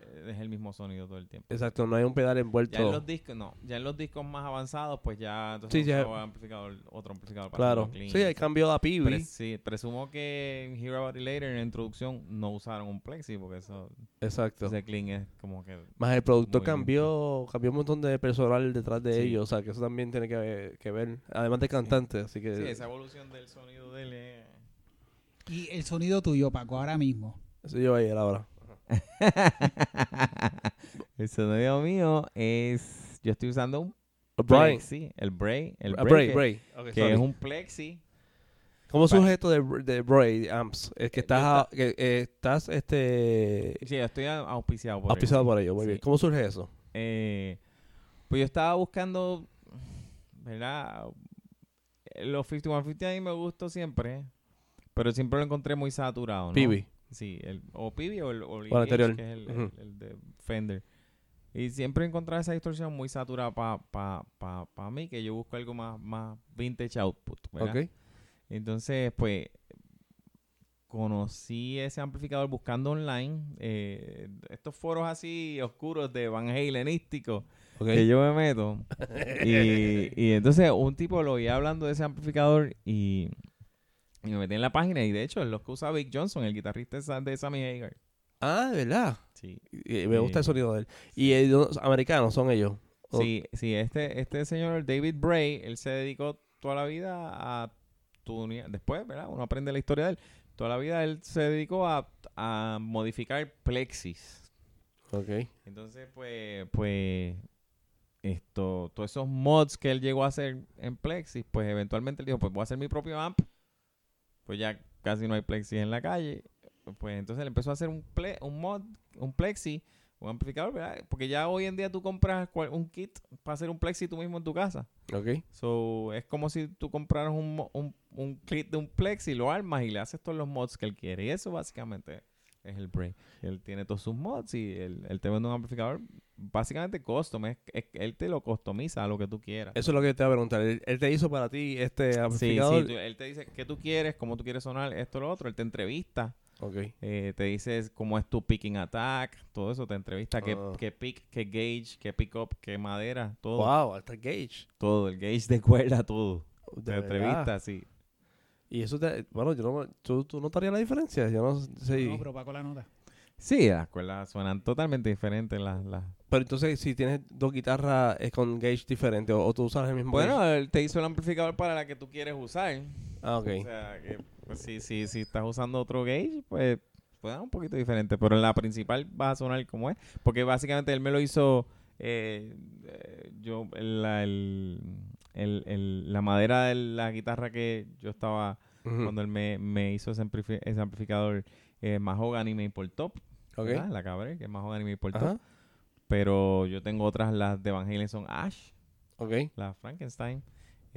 eh, es el mismo sonido todo el tiempo.
Exacto, no hay un pedal envuelto.
Ya en los discos, no. Ya en los discos más avanzados, pues ya entonces
Sí, ya-
usaba amplificador, otro amplificador para
claro.
hacerlo clean.
Sí, el cambio de PIB.
Pres- sí, presumo que en Hear About It Later en la introducción no usaron un plexi porque eso
Exacto.
ese clean es como que
Más el productor
Muy bien.
cambió, cambió un montón de personal detrás de
Sí.
ellos. O sea, que eso también tiene que, que ver. Además de cantante, así que...
sí, esa evolución del sonido de él es-
Y el sonido tuyo, Paco, ahora mismo.
Eso yo ayer ahora.
el sonido mío es yo estoy usando un
Brian.
plexi, el Bray, el
Ah,
Bray,
Bray,
que-
Bray. Ok,
que
sorry.
es un plexi
¿Cómo
Vale.
surge esto de, de Bray Amps? Es que
Eh,
estás,
está-
a- que, eh, estás este,
Sí, yo estoy a- auspiciado por él.
auspiciado por ello. Muy
Sí.
bien. ¿Cómo surge eso?
Eh, pues yo estaba buscando, ¿verdad? Los 5150 a mí me gustó siempre, pero siempre lo encontré muy saturado, ¿no?
Pibi.
Sí, el, o Pibi o el, o el
O el
EDH,
anterior.
que es el,
Ujú.
el- el de Fender. Y siempre encontraba esa distorsión muy saturada para pa, pa, pa mí, que yo busco algo más, más vintage output, ¿verdad?
Ok.
Entonces, pues, conocí ese amplificador buscando online. eh, estos foros así oscuros de Van Halenístico
Ok.
que yo me meto. y, y entonces un tipo lo oía hablando de ese amplificador y, y me metí en la página. Y de hecho, es lo que usa Vic Johnson, el guitarrista de Sa- de Sammy Hagar.
Ah, de verdad.
Sí.
Y- y me gusta
Sí.
el sonido de él. Y ellos, americanos son ellos. Oh.
Sí, sí, este, este señor David Bray, él se dedicó toda la vida a tunear, después, ¿verdad? Uno aprende la historia de él. Toda la vida él se dedicó a, a modificar plexis.
Ok.
Entonces, pues, pues, esto, todos esos mods que él llegó a hacer en plexis, pues eventualmente él dijo, pues voy a hacer mi propio amp. Pues ya casi no hay plexis en la calle. Pues entonces él empezó a hacer un, ple- un mod, un plexi, un amplificador, ¿verdad? Porque ya hoy en día tú compras cual- un kit para hacer un plexi tú mismo en tu casa.
Ok.
So, es como si tú compraras un, mo- un, un kit de un plexi, lo armas y le haces todos los mods que él quiere. Y eso básicamente es el break. Él tiene todos sus mods y él, él te vende un amplificador básicamente custom. Es, es- él te lo customiza a lo que tú quieras.
Eso es lo que te iba a preguntar. Él, él te hizo para ti este
Sí, sí,
amplificador.
tú- él te dice qué tú quieres, cómo tú quieres sonar, esto, lo otro. Él te entrevista.
Ok.
Eh, te dices cómo es tu picking attack, todo eso, te entrevista, qué,
Ah.
qué pick, qué gauge, qué pick up, qué madera, todo,
Wow, hasta el Gage.
todo, el gauge de cuerda, todo.
De
Te
verdad.
entrevista, sí.
Y eso te. Bueno, yo no, tú, tú notarías la diferencia. Yo no sé.
No, pero Paco la nota.
Sí,
ah.
las cuerdas suenan totalmente diferentes. Las, las...
Pero entonces, si tienes dos guitarras es con gauge diferente o, o tú usas el mismo gauge.
Bueno, ah, él te hizo el amplificador para la que tú quieres usar.
Ah, ok.
O sea, que pues, si, si, si estás usando otro gauge, pues suena un poquito diferente. Pero en la principal va a sonar como es. Porque básicamente él me lo hizo. eh, eh, yo, la, el- el- el- la madera de la guitarra que yo estaba
Ujú.
cuando él me, me hizo ese, amplifi- ese amplificador, eh, Mahogany Maple Top.
Ok.
¿verdad? La cabré, que es Mahogany Maple Top.
Ajá.
Pero yo tengo otras, las de Van Halen son Ash,
Ok.
la Frankenstein.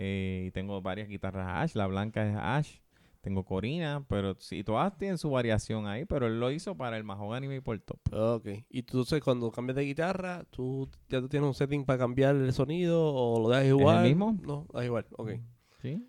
eh, y tengo varias guitarras Ash, la blanca es Ash. Tengo Corina, pero sí, todas tienen su variación ahí, pero él lo hizo para el Mahogany Maple Top.
Ok. Y tú, entonces, cuando cambias de guitarra, ¿tú ya tú tienes un setting para cambiar el sonido o lo dejas igual?
mismo?
No, da igual. Ok.
¿Sí?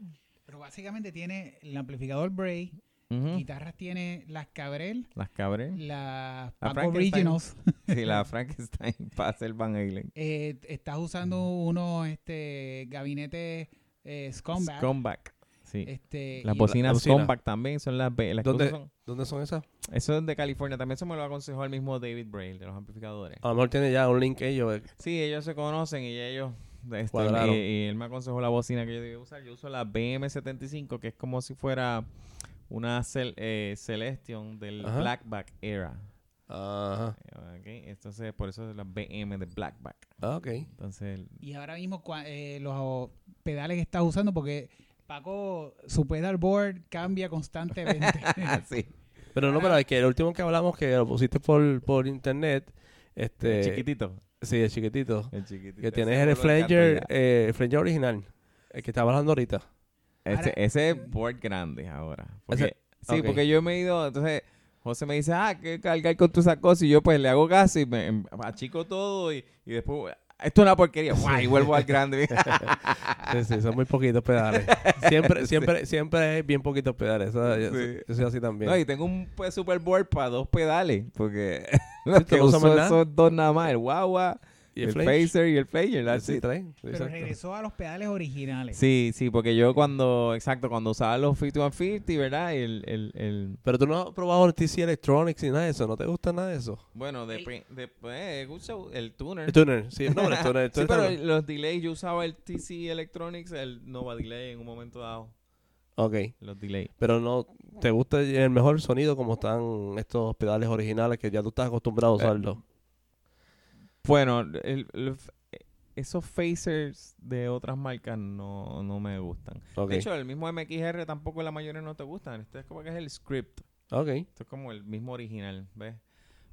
Pero básicamente tiene el amplificador Bray,
Ujú.
guitarras tiene las Cabrel,
Las cabré.
las
La
Paco
Frankenstein.
Originals.
Sí, la Frankenstein para hacer Van Halen.
Eh, estás usando unos este, gabinetes eh, Scumbag.
Comeback. Sí.
Este,
Las
y-
bocinas
Eh, la bocina.
compact también son las... be- las que
¿Dónde,
usan-
¿Dónde son esas?
Eso es de California. También se me lo aconsejó el mismo David Braille de los amplificadores.
A lo mejor tiene ya un link ellos. eh.
Sí, ellos se conocen y ellos... este,
Cuadraron.
y, y él me aconsejó la bocina que yo debía usar. Yo uso la BM75, que es como si fuera una Cel- eh, Celestion del
Ajá.
Blackback era.
Ajá.
Eh, ok, Entonces, por eso es la BM de Blackback.
Ah, ok.
Entonces, el-
Y ahora mismo cua- eh, los pedales que estás usando, porque Paco, su pedalboard cambia constantemente.
sí.
Pero no,
Ah.
pero es que el último que hablamos que lo pusiste por, por internet, este...
El chiquitito.
Sí, el chiquitito.
El chiquitito.
Que
Ese
tienes el
seguro le encanta
Flanger,
ya.
eh, Flanger original. El que estaba hablando ahorita.
Ese,
Ahora-
ese es board grande ahora. Porque-
mm. Ese-
sí,
ok.
porque yo me he ido, entonces José me dice, ah, que cargar con tus cosas y yo pues le hago caso y me em- achico todo y, y después, esto es una porquería, guay, vuelvo al grande.
Sí, sí, son muy poquitos pedales. Siempre, siempre, siempre es bien poquitos pedales. Eso- yo,
Sí.
yo soy así también.
no, y tengo un pues, super board para dos pedales, porque los
Sí, tú
que
no usas
uso
más nada.
son dos nada más, el guagua,
¿Y
el,
Flanger?
phaser y el flanger, that's
Sí,
it.
trae. Sí,
Pero
exacto.
regresó a los pedales originales.
Sí, sí, porque yo cuando, exacto, cuando usaba los 5150, ¿verdad? El, el, el,
Pero tú no has probado el TC Electronics ni nada de eso. ¿No te gusta nada de eso?
bueno, de,
El-
pri- de- eh, escucho el tuner.
El tuner. Sí, no, pero el tuner. el
Sí,
tuner
pero
está-
los delays, yo usaba el TC Electronics, el Nova Delay en un momento dado.
Ok.
Los delays.
Pero no... ¿Te gusta el mejor sonido como están estos pedales originales que ya tú estás acostumbrado a
Eh,
usarlos?
Bueno, el- el- eh, esos phasers de otras marcas no, no me gustan.
Ok.
De hecho, el mismo MXR tampoco la mayoría no te gustan. Este es como que es el script.
ok.
Esto es como el mismo original, ¿ves?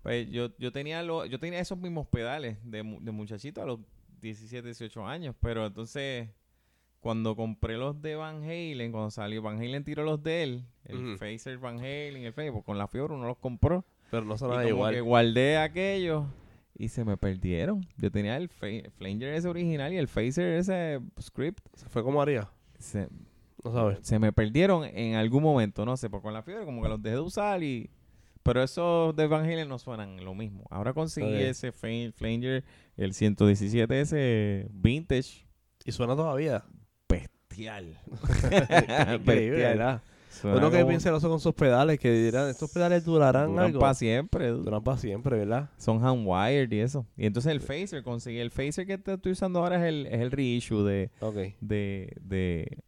Pues yo, yo, tenía lo, yo tenía esos mismos pedales de, mu- de muchachito a los 17, 18 años, pero entonces cuando compré los de Van Halen, cuando salió Van Halen tiró los de él, el
Ujú.
Phaser Van Halen, el Phaser, pues con la fiebre uno los compró.
Pero no
y
sonaba
como
igual.
que guardé aquellos y se me perdieron. Yo tenía el Fa- Flanger ese original y el Phaser ese script.
Se fue como haría.
Se,
No sabes.
se me perdieron en algún momento, no sé, por con la fiebre como que los dejé de usar y... Pero esos de Van Halen no suenan lo mismo. Ahora conseguí
Ok.
ese Fla- Flanger, el 117 ese vintage.
Y suena todavía.
Bestial.
Increíble, ¿verdad?
Suena
Uno que
como-
es bien celoso con sus pedales, que dirán, estos pedales durarán
duran
algo.
para siempre. du-
Duran para siempre, ¿verdad?
Son hand wired y eso. Y entonces el phaser, conseguí el phaser que te estoy usando ahora es el, es el reissue de,
Ok.
de, de,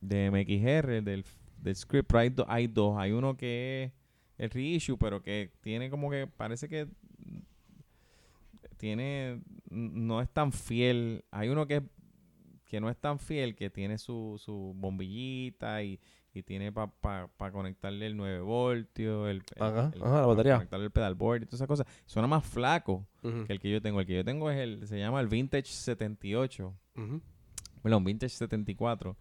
de MXR, del, del script. Pero hay, do- hay dos. Hay uno que es el reissue, pero que tiene como que parece que mm, tiene no es tan fiel. Hay uno que, que no es tan fiel, que tiene su, su bombillita y, y tiene para conectarle el 9 voltios, el, el-
Ajá,
el-
ajá, la
pa
batería.
conectarle el pedalboard y todas esas cosas. Suena más flaco
Ujú,
que el que yo tengo. El que yo tengo es el, se llama el Vintage 78
ujú.
un Vintage 74.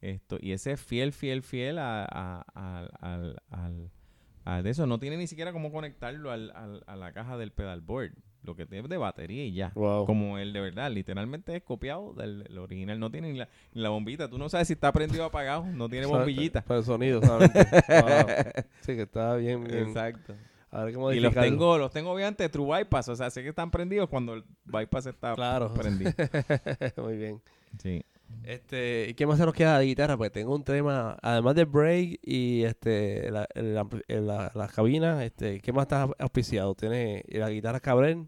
Esto, y ese es fiel, fiel, fiel a, a- al- al- al- a de eso. No tiene ni siquiera cómo conectarlo al- al- a la caja del pedalboard. Lo que tiene es de batería y ya.
Wow.
Como el de verdad, literalmente es copiado del del original. No tiene ni la, ni la bombita. Tú no sabes si está prendido o apagado. No tiene
Sabe-
bombillita.
Para el sonido, solamente. Wow. Sí, que está bien. bien.
Exacto.
A ver cómo
Y los tengo, los tengo obviamente true bypass. O sea, sé que están prendidos cuando el bypass está
Claro.
prendido.
Muy bien.
Sí.
Este, ¿y qué más se nos queda de guitarra? Pues tengo un tema, además de break y este la, el ampli- eh, la- las cabinas, este, ¿qué más estás auspiciado? Tienes la guitarra Cabrel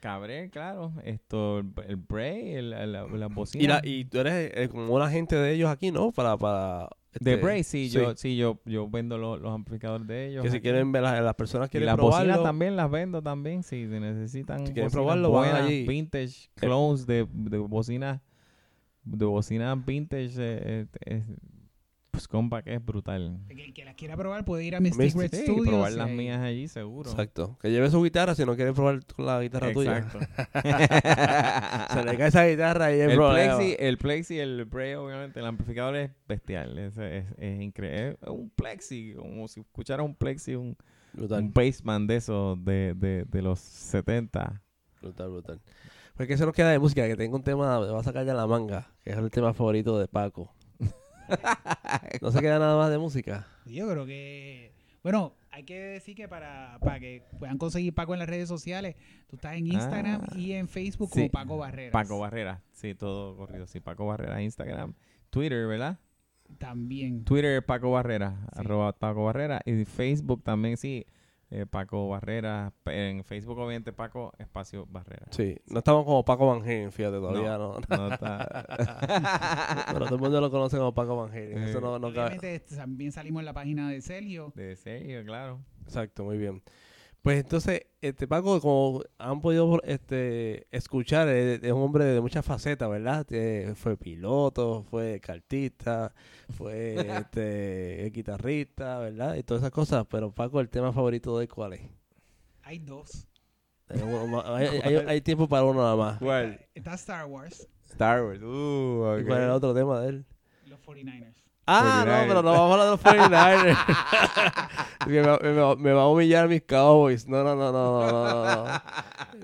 Cabré, claro. Esto, el, el Bray, el- el- la, la bocina.
y, la, y tú eres eh, como un agente de ellos aquí, ¿no? Para, para
De
este,
Bray, sí, Yo, sí yo, yo vendo lo- los amplificadores de ellos.
Que si
aquí.
quieren ver, las, las personas
Y
quieren
las bocinas
probarlo.
también las vendo también, si se necesitan.
Si quieren
bocinas
probarlo, van
buenas,
allí. Eh.
Vintage, clones de, de bocinas, de bocinas vintage, eh, eh, eh, pues compa que es brutal.
El que- el que las quiera probar puede ir a Mystic
Mystic,
Red
Sí,
Studios. eh,
probar
y
las
ahí-
mías allí seguro.
Exacto. Que lleve su guitarra si no quiere probar tú la guitarra tuya.
Exacto.
Se le cae esa guitarra y es
el
problema.
plexi, el plexi, el Bray, obviamente, el amplificador es bestial, es, es, es increíble. Es un plexi, como si escuchara un plexi, un,
Brutal,
un bassman de esos de, de, de los 70.
brutal, brutal. Pues que se nos queda de música, que tengo un tema, me va a sacar ya la manga, que es el tema favorito de Paco. no se queda nada más de música.
Yo creo que. Bueno, hay que decir que para, para que puedan conseguir Paco en las redes sociales, tú estás en Instagram
Ah,
y en Facebook
sí.
como Paco Barreras.
Paco Barrera, sí, todo corrido, sí, Paco Barrera, Instagram, Twitter, ¿verdad?
También.
Twitter Paco Barrera,
Sí.
arroba Paco Barrera. Y Facebook también, sí, eh, Paco Barrera. En Facebook, obviamente, Paco Espacio Barrera.
Sí, no estamos como Paco Van Halen, fíjate, todavía no.
No está-
Pero todo el mundo lo conoce como Paco Van Halen.
Eh.
Eso no, no cabe.
Obviamente este, también salimos en la página de Sergio.
De serio, claro.
Exacto, muy bien. Pues entonces, este Paco, como han podido este, escuchar, es es un hombre de muchas facetas, ¿verdad? Eh, fue piloto, fue cartista, fue este, guitarrista, ¿verdad? Y todas esas cosas. Pero Paco, el tema favorito de él, ¿cuál es?
Hay dos.
Tenemos uno- Hay, hay- hay tiempo para uno nada más.
¿Cuál?
Está Star Wars,
Star Wars. Uh,
¿Y cuál es el otro tema de él?
los 49ers.
Ah, no,
49ers.
pero no vamos a hablar de los 49ers. me, va- me va- me va a humillar mis Cowboys. No, no, no, no, no, no, no.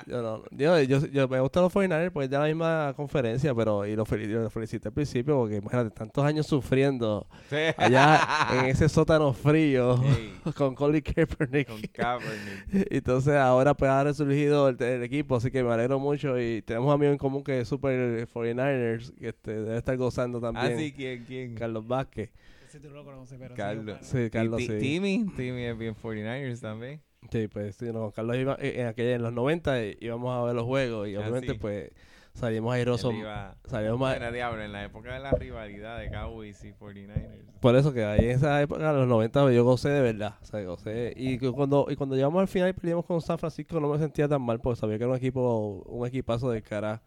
Yo, no. Yo, yo- yo- me gustan los 49ers porque es de la misma conferencia, pero y lo, fel- lo felicité al principio porque imagínate, tantos años sufriendo
Sí.
allá en ese sótano frío
Ey,
con Colin Kaepernick.
con Kaepernick.
Entonces ahora pues ha resurgido el, el equipo, así que me alegro mucho y tenemos un amigo en común que es Super 49ers, que este, debe estar gozando también.
Así que, Ah, ¿quién?
Carlos Vázquez.
Ese tú no lo conoces, pero sí,
Carlos.
bueno.
Sí, Carlos,
Y Ti-
sí.
Timmy. Timmy es bien 49ers también.
Sí, pues sí, no, con Carlos iba, eh, en, aquella, en los 90 eh, íbamos a ver los juegos y
Ah,
obviamente
sí.
pues salimos airosos.
Él iba-
Salimos más-
Era diablo, en la época de la rivalidad de Cowboys y 49ers.
Por eso que ahí en esa época, en los 90, yo gocé de verdad. O sea, gocé. Y cu- cuando, y cuando llegamos al final y perdimos con San Francisco no me sentía tan mal porque sabía que era un equipo, un equipazo de cara.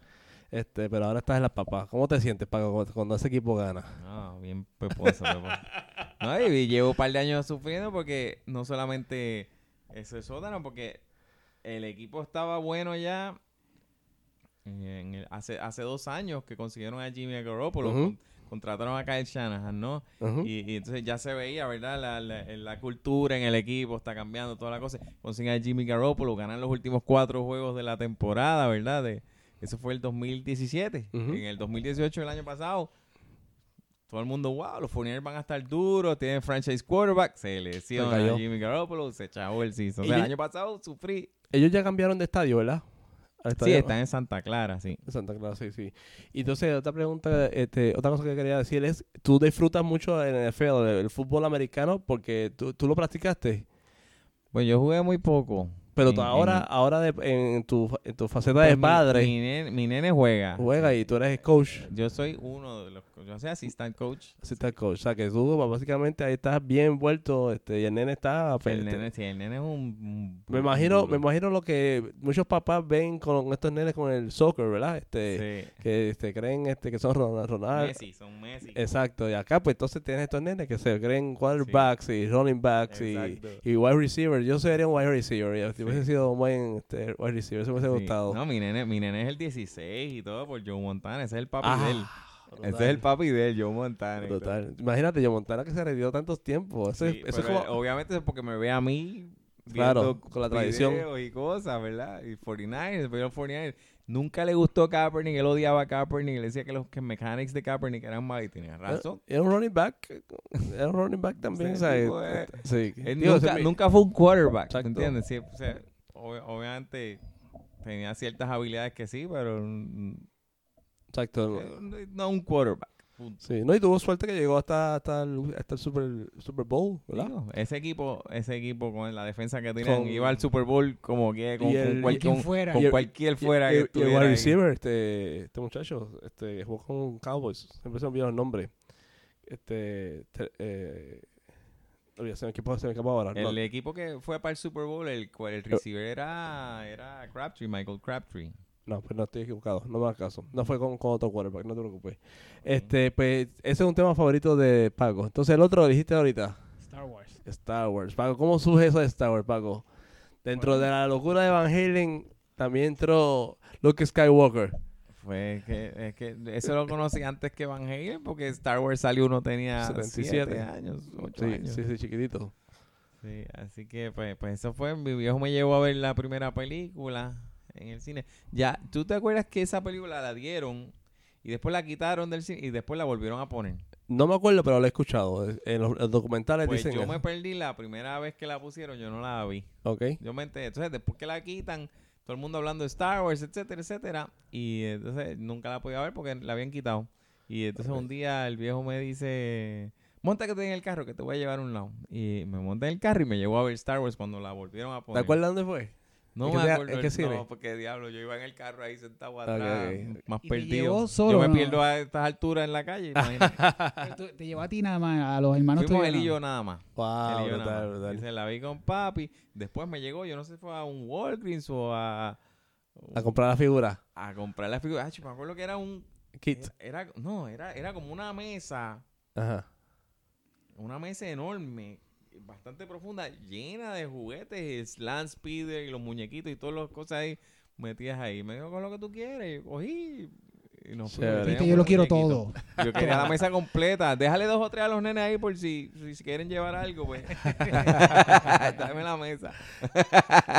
Este, pero ahora estás en las papas. ¿Cómo te sientes, Paco, cuando, cuando ese equipo gana?
No, bien peposo, peposo. No, y- y llevo un par de años sufriendo porque no solamente eso es sótano, porque el equipo estaba bueno ya en el- hace, hace dos años que consiguieron a Jimmy Garoppolo.
Ujú.
con- contrataron a Kyle Shanahan, ¿no?
Ujú.
Y, y entonces ya se veía, ¿verdad? La, la- la cultura en el equipo está cambiando, toda la cosa. Consiguen a Jimmy Garoppolo, ganan los últimos cuatro juegos de la temporada, ¿verdad? De, eso fue el 2017.
Ujú.
En el 2018, el año pasado, todo el mundo, wow, los 49ers van a estar duros, tienen franchise quarterback, se lesiona
cayó.
a Jimmy Garoppolo, se echó el season. O
Y
sea, el
yo-
año pasado sufrí.
Ellos ya cambiaron de estadio, ¿verdad? Al
Sí,
estadio-
están en Santa Clara, sí.
Santa Clara, sí, sí. Y entonces, otra pregunta, este, otra cosa que quería decir es, tú disfrutas mucho en el NFL, el fútbol americano, porque tú, tú lo practicaste,
Pues yo jugué muy poco.
pero
En-
tú ahora,
en-
ahora de- en, tu, en tu faceta
pues
de
mi-
padre,
Mi, ah, nene, mi nene juega.
juegas y tú eres el coach,
Yo soy uno de los... Yo soy assistant coach.
assistant coach. O sea, que tú pues, básicamente ahí estás bien envuelto este, y el nene está... pues,
el
este,
nene, sí, el nene es un... un-
me
un
imagino,
duro.
me imagino lo que muchos papás ven con estos nenes con el soccer, ¿verdad? Este,
Sí.
que este, creen este, que son Ron- Ronaldo,
Messi, son Messi.
Exacto, y acá pues entonces tienes estos nenes que se creen quarterbacks y running backs y,
Exacto.
y wide receiver. Yo sería un wide receiver, yo hubiese sido un buen este, wide receiver, eso me hubiese
Sí.
gustado.
No, mi nene, mi nene es el 16 y todo por Joe Montana. Ese es el papi
Ah,
de él.
brutal,
Ese es el papi de él, Joe Montana. y todo.
brutal. Imagínate, yo Montana que se retiró tantos tiempos. Eso, es-
Sí,
eso es
pero
como... ¿eh?
él, Obviamente es porque me ve a mí.
Claro,
viendo
con la tradición.
videos y cosas, ¿verdad? Y 49ers, pero 49ers. Nunca le gustó Kaepernick, él odiaba a Kaepernick, le decía que los que mechanics de Kaepernick eran mal y tenía razón.
Era un running back, era un running back Eh, también, eh,
Ese
¿sabes?
tipo es-
Sí.
Él
Digo, ese
nunca,
es mi-
nunca fue un quarterback, ¿me
Exacto.
entiendes? Sí, o sea, ob- obviamente tenía ciertas habilidades que sí, pero mm,
Exacto. no.
eh, no un quarterback. punto.
Sí, no, y tuvo suerte que llegó hasta, hasta, el, hasta el Super, Super Bowl, ¿verdad?
Digo, ese equipo, ese equipo con la defensa que tenían
Con-
iba al Super Bowl como que con,
Y
con
el-
cual-
y
quien
con-
fuera.
con
Y el-
cualquier fuera que
y, y el
estuviera
wide
ahí.
receiver, este, este muchacho, este, jugó con Cowboys. Siempre se me olvidan los nombres. Este, te- eh, olvida, se me escapó, se me escapó ahora.
El
no.
equipo que fue para el Super Bowl, el, cual- el receiver era, era Crabtree, Michael Crabtree.
No, pues no estoy equivocado, no me hagas caso. No fue con, con otro quarterback, no te preocupes. Este, pues, ese es un tema favorito de Paco. Entonces, el otro lo dijiste ahorita,
Star Wars.
Star Wars. Paco, ¿cómo surge eso de Star Wars, Paco? Dentro de la locura de Van Halen también entró Luke Skywalker.
Fue que, es que eso lo conocí antes que Van Halen porque Star Wars salió uno tenía
77.
77 años, 8
Sí,
años.
sí, sí, chiquitito.
Sí, así que pues, pues eso fue, mi viejo me llevó a ver la primera película en el cine. Ya, ¿tú te acuerdas que esa película la dieron y después la quitaron del cine y después la volvieron a poner?
No me acuerdo, pero lo he escuchado. En los, los documentales
Pues
dicen
yo
eso.
me perdí la primera vez que la pusieron, yo no la vi.
Ok.
Yo me enteré. Entonces, después que la quitan, todo el mundo hablando de Star Wars, etcétera, etcétera. Y entonces nunca la podía ver porque la habían quitado. Y entonces un día el viejo me dice, monta que en el carro, que te voy a llevar a un lado. Y me monté en el carro y me llevó a ver Star Wars cuando la volvieron a
¿Te
poner.
acuerdas dónde fue?
No
¿En qué
me
te-
acuerdo.
en
el-
qué cine?
No, porque diablo, yo iba en el carro ahí sentado
ok.
atrás, más
¿Y te
perdido.
llevó solo
yo
o
me
no? Ah,
pierdo a estas alturas en la calle, imagínate.
Pero tú- te llevó a ti nada más, a los hermanos
Fuimos
tuyos.
él y
nada
yo nada más.
Wow,
Él y
Ah,
yo nada
brutal,
más.
brutal.
Dice, la vi con papi. Después me llegó, yo no sé si fue a un Walgreens o a...
A comprar la figura.
a comprar la figura. Ah, chico, me acuerdo que era un...
Kit.
Era, no, era, era como una mesa
Ajá.
una mesa enorme, bastante profunda, llena de juguetes, Land Speeder y los muñequitos y todas las cosas ahí metidas ahí. Me dijo, con lo que tú quieres, yo cogí. Y nos fuimos.
Chévere.
más.
Viste,
Viste,
Teníamos
yo lo
los
quiero
muñequitos.
todo.
Yo quería la mesa completa. Déjale dos o tres a los nenes ahí por si, si quieren llevar algo, pues. Dame la mesa.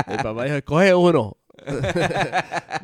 El papá dijo, coge uno.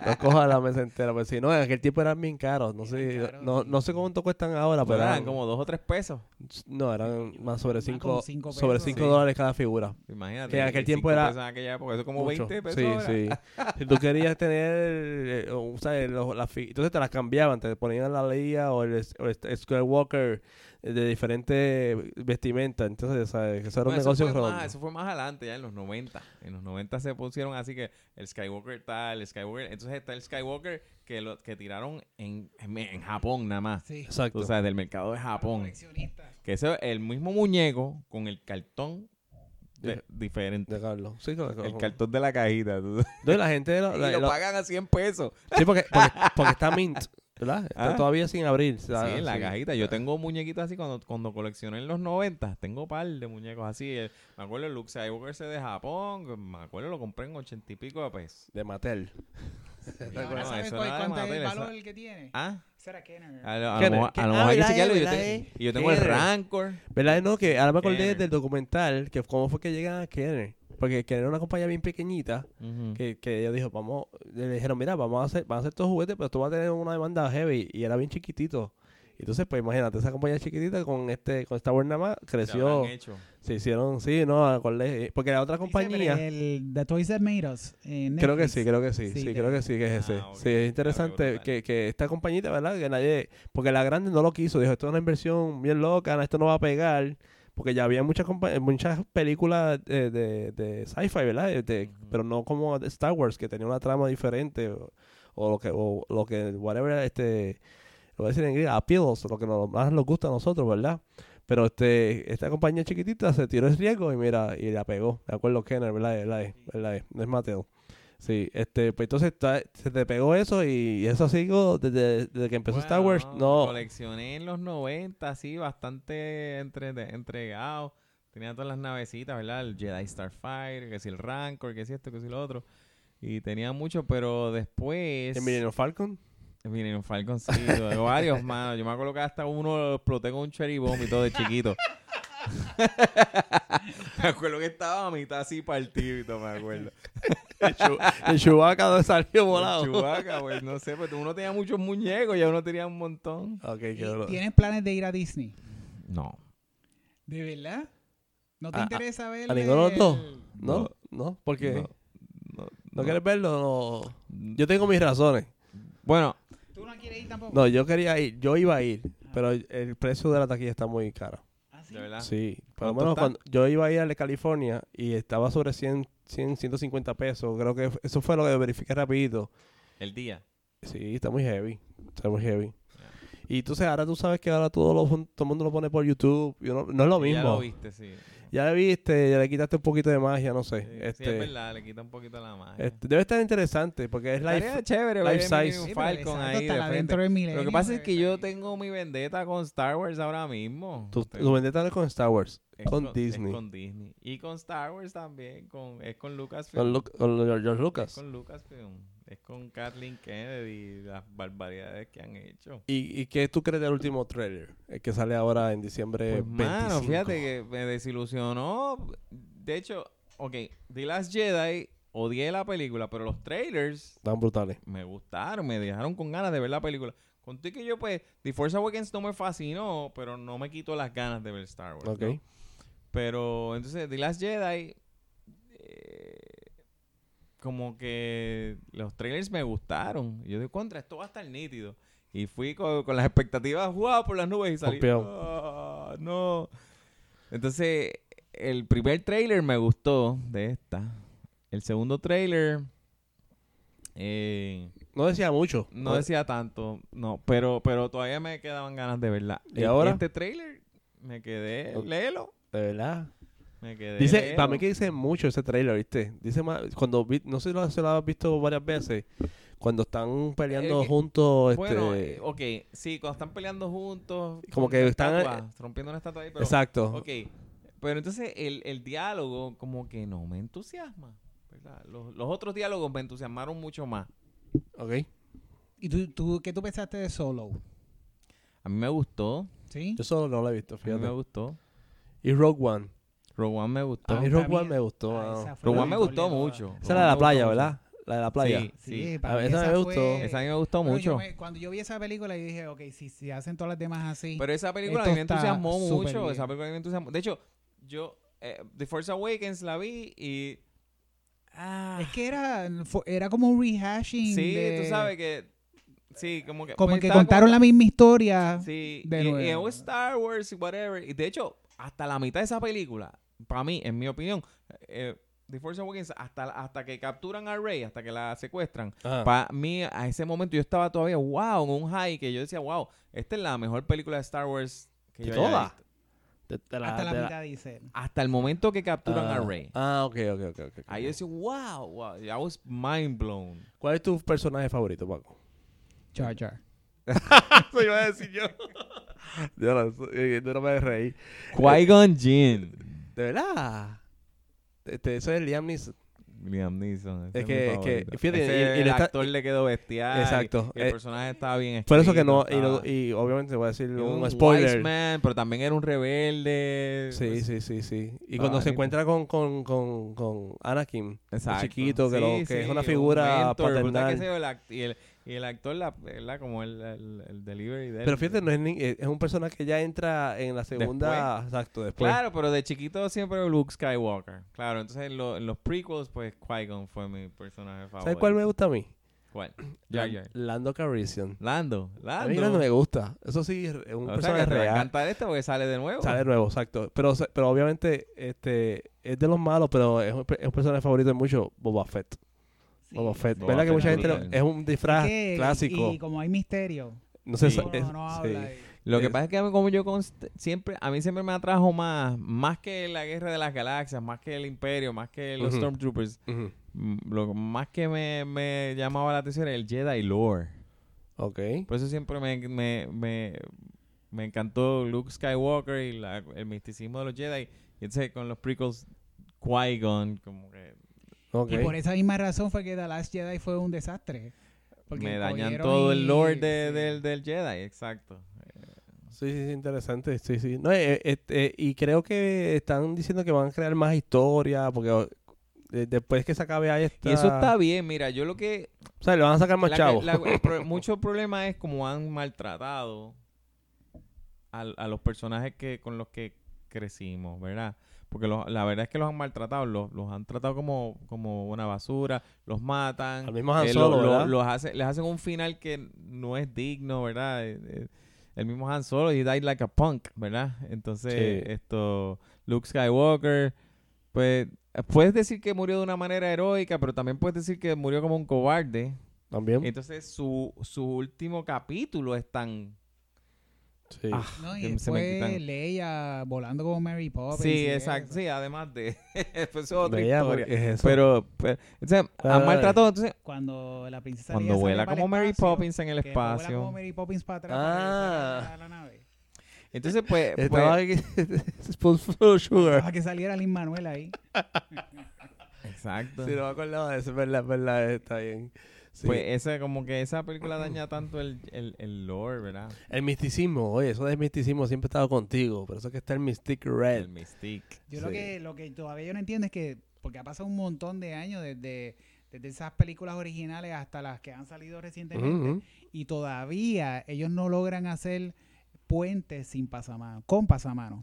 no coja la mesa entera. Pues si no, en aquel tiempo eran bien caros. No sé,
Eran caros,
no,
sí.
no sé cuánto cuestan ahora, Ah, pero
Pero Pues eran
eran-
como dos o tres pesos.
No, eran más sobre
Más
5
como cinco pesos,
sobre cinco
sí.
dólares cada figura.
Imagínate.
Que en aquel tiempo
cinco
era
pesos en aquella época. Eso es como
Mucho.
20 pesos.
Sí,
ahora.
sí. Si tú querías tener, eh, o sea, eh, los- las fi- entonces te las cambiaban, te ponían la Leia o el, es- o el Sk- Skywalker eh, de diferentes vestimenta. Entonces, ¿sabes? Eso era un
Bueno,
negocio
eso fue,
redondo.
más, eso fue más adelante, ya en los 90. En los 90 se pusieron así que el Skywalker tal, el Skywalker. Entonces está el Skywalker que lo que tiraron en, en, en Japón nada más.
Sí.
Exacto.
O sea, del mercado de Japón.
Coleccionista.
Que ese es el mismo muñeco con el cartón de-
Dif-
diferente.
de Carlos. Sí, con- con-
El cartón de la cajita. tú sabes.
No, y la gente... la-
Y
la-
lo
la-
pagan a 100 pesos.
Sí, porque, porque, porque está mint, ¿verdad? Está
Ah.
todavía sin abrir.
Sí, en la cajita. Yo tengo muñequitos así cuando, cuando coleccioné en los 90. Tengo par de muñecos así. El- me acuerdo el Luke Skywalker ese de Japón. Me acuerdo lo compré en 80 y pico de pesos.
De Mattel.
Y
Bueno,
ahora
eso
sabes
nada
cuál-
de
cuánto es el
Mattel, eso-
valor el que tiene.
Ah,
Sarah Kenner.
a lo, a lo
¿Qué-
mejor-
qué-
a lo
ah,
mejor hay que
verdad,
chequearlo. Yo,
verdad,
te-
eh.
y yo tengo el
Kenner.
Rancor.
¿Verdad? No, que ahora me acordé
Kenner.
del documental, que cómo fue que llegan a Kenner. Porque Kenner era una compañía bien pequeñita,
Que-
que, que ellos dijo, vamos, le dijeron, mira, vamos a hacer, van a hacer estos juguetes, pero esto va a tener una demanda heavy. Y era bien chiquitito. Entonces, pues imagínate, esa compañía chiquitita con este, con Star Wars nada más,
que habrán
creció,
hecho.
se hicieron, sí, no, me acordé, eh, porque la otra compañía,
El The Toys That Made Us. en
Creo que
Netflix.
sí, creo que sí,
Sí,
sí,
te-
creo que sí, que es ese.
Ah, ok.
Sí, es interesante
brutal.
que, que esta compañita, ¿verdad? Que nadie, porque la grande no lo quiso, dijo, esto es una inversión bien loca, esto no va a pegar, porque ya había muchas compa- muchas películas eh, de, de sci-fi, ¿verdad? Eh, de-
Ujú.
Pero no como de Star Wars, que tenía una trama diferente, o, o lo que, o lo que, whatever, este, lo voy a decir en inglés, appeals, lo que nos, más nos gusta a nosotros, ¿verdad? Pero este, esta compañía chiquitita se tiró el riesgo y mira, y la pegó. De acuerdo, Kenner, ¿verdad? ¿Verdad? ¿Verdad? No es Mateo. Sí, este, pues entonces ta- se te pegó eso y eso sigo desde, desde que empezó Star Wars.
Bueno,
No,
Coleccioné en los 90, así, bastante entre, de- entregado. Tenía todas las navecitas, ¿verdad? El Jedi Starfighter, que si el Rancor, que si esto, que si lo otro. Y tenía mucho, pero después...
en Millennium Falcon.
Miren, un Falcon sí, tuve varios, mano. Yo me acuerdo que hasta uno lo exploté con un cherry bomb y todo de chiquito. me acuerdo que estaba a mitad así partido y todo, me acuerdo.
El, Chu- el Chewbacca no salió
El
volado.
Chewbacca, pues, no sé, pues uno tenía muchos muñecos, ya uno tenía un montón.
Ok,
¿Y
qué duro.
¿Tienes planes de ir a Disney?
No.
¿De verdad? ¿No te
A- a-
interesa ver
¿A ninguno de los dos?
el-
No, no, porque no,
No, no,
quieres verlo. No.
no.
Yo tengo mis razones.
Bueno,
¿Tú no quieres ir tampoco?
No, yo quería ir, yo iba a ir, pero el precio de la taquilla está muy caro.
¿Ah, sí?
de verdad.
Sí, por lo
¿Cuánto
menos
está?
cuando yo iba a ir al de California y estaba sobre 100, 100, 150 pesos. Creo que eso fue lo que verifiqué rapidito.
El día.
Sí, está muy heavy. Está muy heavy. Y entonces ahora tú sabes que ahora todo, lo, todo el mundo lo pone por YouTube. y uno- no es lo
Y Ya lo
mismo.
viste, sí.
Ya le viste, ya le quitaste un poquito de magia, no sé.
Sí, sí, es
este,
verdad, eh. le quita un poquito la magia.
este, debe estar interesante porque es
Estaría
live.
chévere
life
ver el
size.
Millennium
Sí, pero
Falcon
exacto,
ahí de
hasta la
frente.
dentro del
Lo que
milenio,
pasa es que yo
exacto.
tengo mi vendetta con Star Wars ahora mismo.
Tu,
Te-
tu vendetta no es con Star Wars,
es
con
es
Disney.
con Disney. Y con Star Wars también. Con, es con Lucasfilm.
con, Lu- con George
Es
Lucas.
con Lucasfilm. Es con Kathleen Kennedy y las barbaridades que han hecho.
¿Y, ¿Y qué tú crees del último trailer? El que sale ahora en diciembre
Pues, mano,
25.
fíjate que me desilusionó. De hecho, ok, The Last Jedi odié la película, pero los trailers
Tan brutales.
me gustaron, me dejaron con ganas de ver la película. Contigo que yo, pues, The Force Awakens no me fascinó, pero no me quitó las ganas de ver Star Wars.
Ok.
¿no? Pero entonces The Last Jedi, eh, como que los trailers me gustaron. Y Yo de contra, esto va a estar nítido. Y fui con, con las expectativas wow, por las nubes y salí.
Pompeado.
"Ah, no. Entonces, el primer trailer me gustó de esta. El segundo trailer. eh,
No decía mucho.
no decía tanto, no, pero, pero todavía me quedaban ganas de verla.
¿Y
Eh,
ahora?
Este trailer me quedé,
Ok.
léelo.
De verdad.
Me quedé.
Dice,
léelo.
para mí que dice mucho ese trailer, ¿viste? Dice más, cuando vi- no sé si lo, si lo has visto varias veces, cuando están peleando
Eh, que-
juntos, este,
Bueno, eh, ok, sí, cuando están peleando juntos.
Como
con
que
la
están- eh,
estatua, rompiendo una estatua ahí, pero.
exacto.
Ok, pero entonces el, el diálogo como que no me entusiasma, ¿verdad? Los, los otros diálogos me entusiasmaron mucho más.
Ok.
¿Y tú, tú qué tú pensaste de Solo?
A mí me gustó,
¿Sí?
Yo solo no lo he visto,
a mí me
fíjate.
gustó.
Y Rogue One.
Rogue One me gustó.
A mí
Ah,
Rogue
para
One
mí-
me gustó.
ah,
mano.
esa fue
Rogue
la
One me
mejor
gustó
de todas.
mucho.
Esa
Rogue
era la
One me
playa,
gustó
¿verdad? La de la playa.
Sí, sí.
Sí, para
A
mí
ver, esa me gustó.
fue-
Eh,
Esa a mí me gustó
Bueno, yo
mucho.
me- cuando yo vi esa película, yo dije, ok, si, si hacen todas las demás así.
Pero esa película a
Esto
mí me
está
entusiasmó
súper
mucho.
bien.
Esa película a mí me entusiasmó. De hecho, yo eh, The Force Awakens la vi y. Ah.
es que era, fue- era como un rehashing.
Sí,
de-
tú sabes que. Sí, como que.
Como
pues,
que
estaba
contaron la misma historia.
Sí,
de
y, y
nuevo.
es Star Wars y whatever. Y de hecho, hasta la mitad de esa película, para mí, en mi opinión, eh, The Force Awakens, hasta, hasta que capturan a Rey, hasta que la secuestran,
Ajá.
para mí, a ese momento yo estaba todavía, wow, en un high que yo decía, wow, esta es la mejor película de Star Wars que
¿De
yo haya
todas?
visto".
De- de la-
Hasta la
de la-
mitad dice.
Hasta el momento que capturan
Ah,
a Rey.
Ah, ok, ok, ok. ok, ok.
Ahí yo decía, wow, wow, I was mind blown.
¿Cuál es tu personaje favorito, Paco?
Jar Jar.
Eso iba a decir yo. yo, no, eh, yo no me reí.
Qui-Gon Jinn.
De verdad. Este, eso es Liam Neeson.
Liam Neeson. ese
Es
mi
que- es que,
favorito.
fíjate,
Ese-
y- y
el
le está-
actor le quedó bestial.
Exacto,
y- y el
eh,
personaje estaba bien escrito.
Por eso que no. Y,
estaba-
no- y obviamente voy a decir
y
un,
un
spoiler.
wise man, pero también era un rebelde.
Sí, sí, sí, sí. Y
Ah,
cuando se
bonito.
encuentra con, con, con, con Anakin,
Exacto.
chiquito, que lo- que es una
un
figura
mentor, puta,
paternal.
qué sé yo, el act- y, el, y el actor, la, ¿verdad? Como el, el, el delivery de él.
pero fíjate, no es, ni- eh, es un personaje que ya entra en la segunda, exacto, después.
Claro, pero de chiquito siempre Luke Skywalker. Claro, entonces en, lo- en los prequels, pues Qui-Gon fue mi personaje favorito.
¿Sabes cuál me gusta a mí?
¿Cuál? Jar
Lan-
Jar.
Lando Calrissian.
Lando.
A
Lando.
mí Lando me gusta. Eso sí, es un
Ah, O sea, que
personaje
te va a
real.
encantar este porque sale de nuevo.
Sale nuevo, exacto. Pero, se- pero obviamente este es de los malos, pero es un, pe- es un personaje favorito de muchos, Boba Fett.
Sí.
Boba Fett.
Boba
¿Verdad que
Fett
mucha
es
gente lo-
brutal.
es un disfraz
Es que-
clásico?
Y como hay misterio.
no sé,
Sí.
es-
uno no habla.
sí.
y-
Lo que
Es-
pasa es que a mí, como yo const- siempre, a mí siempre me atrajo más, más que la guerra de las galaxias, más que el imperio, más que los
Ujú.
Stormtroopers,
Ujú.
mm, lo que más que me, me llamaba la atención era el Jedi Lore.
Ok.
Por eso siempre me, me, me, me encantó Luke Skywalker y la- el misticismo de los Jedi. Y entonces con los prequels, Qui-Gon, como que
ok.
Y por esa misma razón fue que The Last Jedi fue un desastre. Porque
me dañan
cogieron
todo
y-
el lore de-
sí.
del, del Jedi, exacto.
Sí, sí, sí, interesante. Sí, sí. No, eh, eh, este, y creo que están diciendo que van a crear más historia, porque oh, de- después que se acabe ahí está...
Y eso está bien, mira, yo lo que
O sea, le van a sacar más
La que-
chavos.
la- el pro- mucho problema es como han maltratado al- a, los personajes que con los que crecimos, ¿verdad? Porque los- la verdad es que los han maltratado, los, los han tratado como, como una basura, los matan,
Al mismo Han
eh, lo-
Solo,
lo-
¿verdad?
los hace- les hacen un final que no es digno, ¿verdad? Eh, eh, El mismo Han Solo, he died like a punk, ¿verdad? Entonces,
Sí.
esto, Luke Skywalker, pues puedes decir que murió de una manera heroica, pero también puedes decir que murió como un cobarde.
También.
Entonces su, su último capítulo es tan...
Sí.
Ah,
No, y
que se me
después
quitan.
Leia volando como Mary Poppins.
Sí,
y
exacto.
eso.
Sí, además de... pues es otra
Vea,
historia.
porque es eso.
Pero, pero- o sea,
Claro,
han maltratado. Entonces,
Cuando la princesa
cuando
Leia sale
vuela
para el
como Mary
espacio,
Poppins en el
que vuela como
espacio.
Mary Poppins para atrás.
Ah.
para regresar a la- a la nave.
Entonces, pues...
Estaba
pues
aquí... Spoonful of Sugar.
Para que saliera Lin Manuel ahí.
exacto.
Sí, no me acordaba de eso, es verdad, es verdad, está bien. Sí.
Pues esa, como que esa película daña tanto el, el, el lore, ¿verdad?
el misticismo, oye, eso del misticismo siempre ha estado contigo, por eso es que está el Mystic Red.
El Mystique.
Yo lo
Sí.
que lo que todavía yo no entiendo es que porque ha pasado un montón de años desde, desde esas películas originales hasta las que han salido recientemente
Ujú, ujú.
y todavía ellos no logran hacer puentes sin pasamano, con pasamano.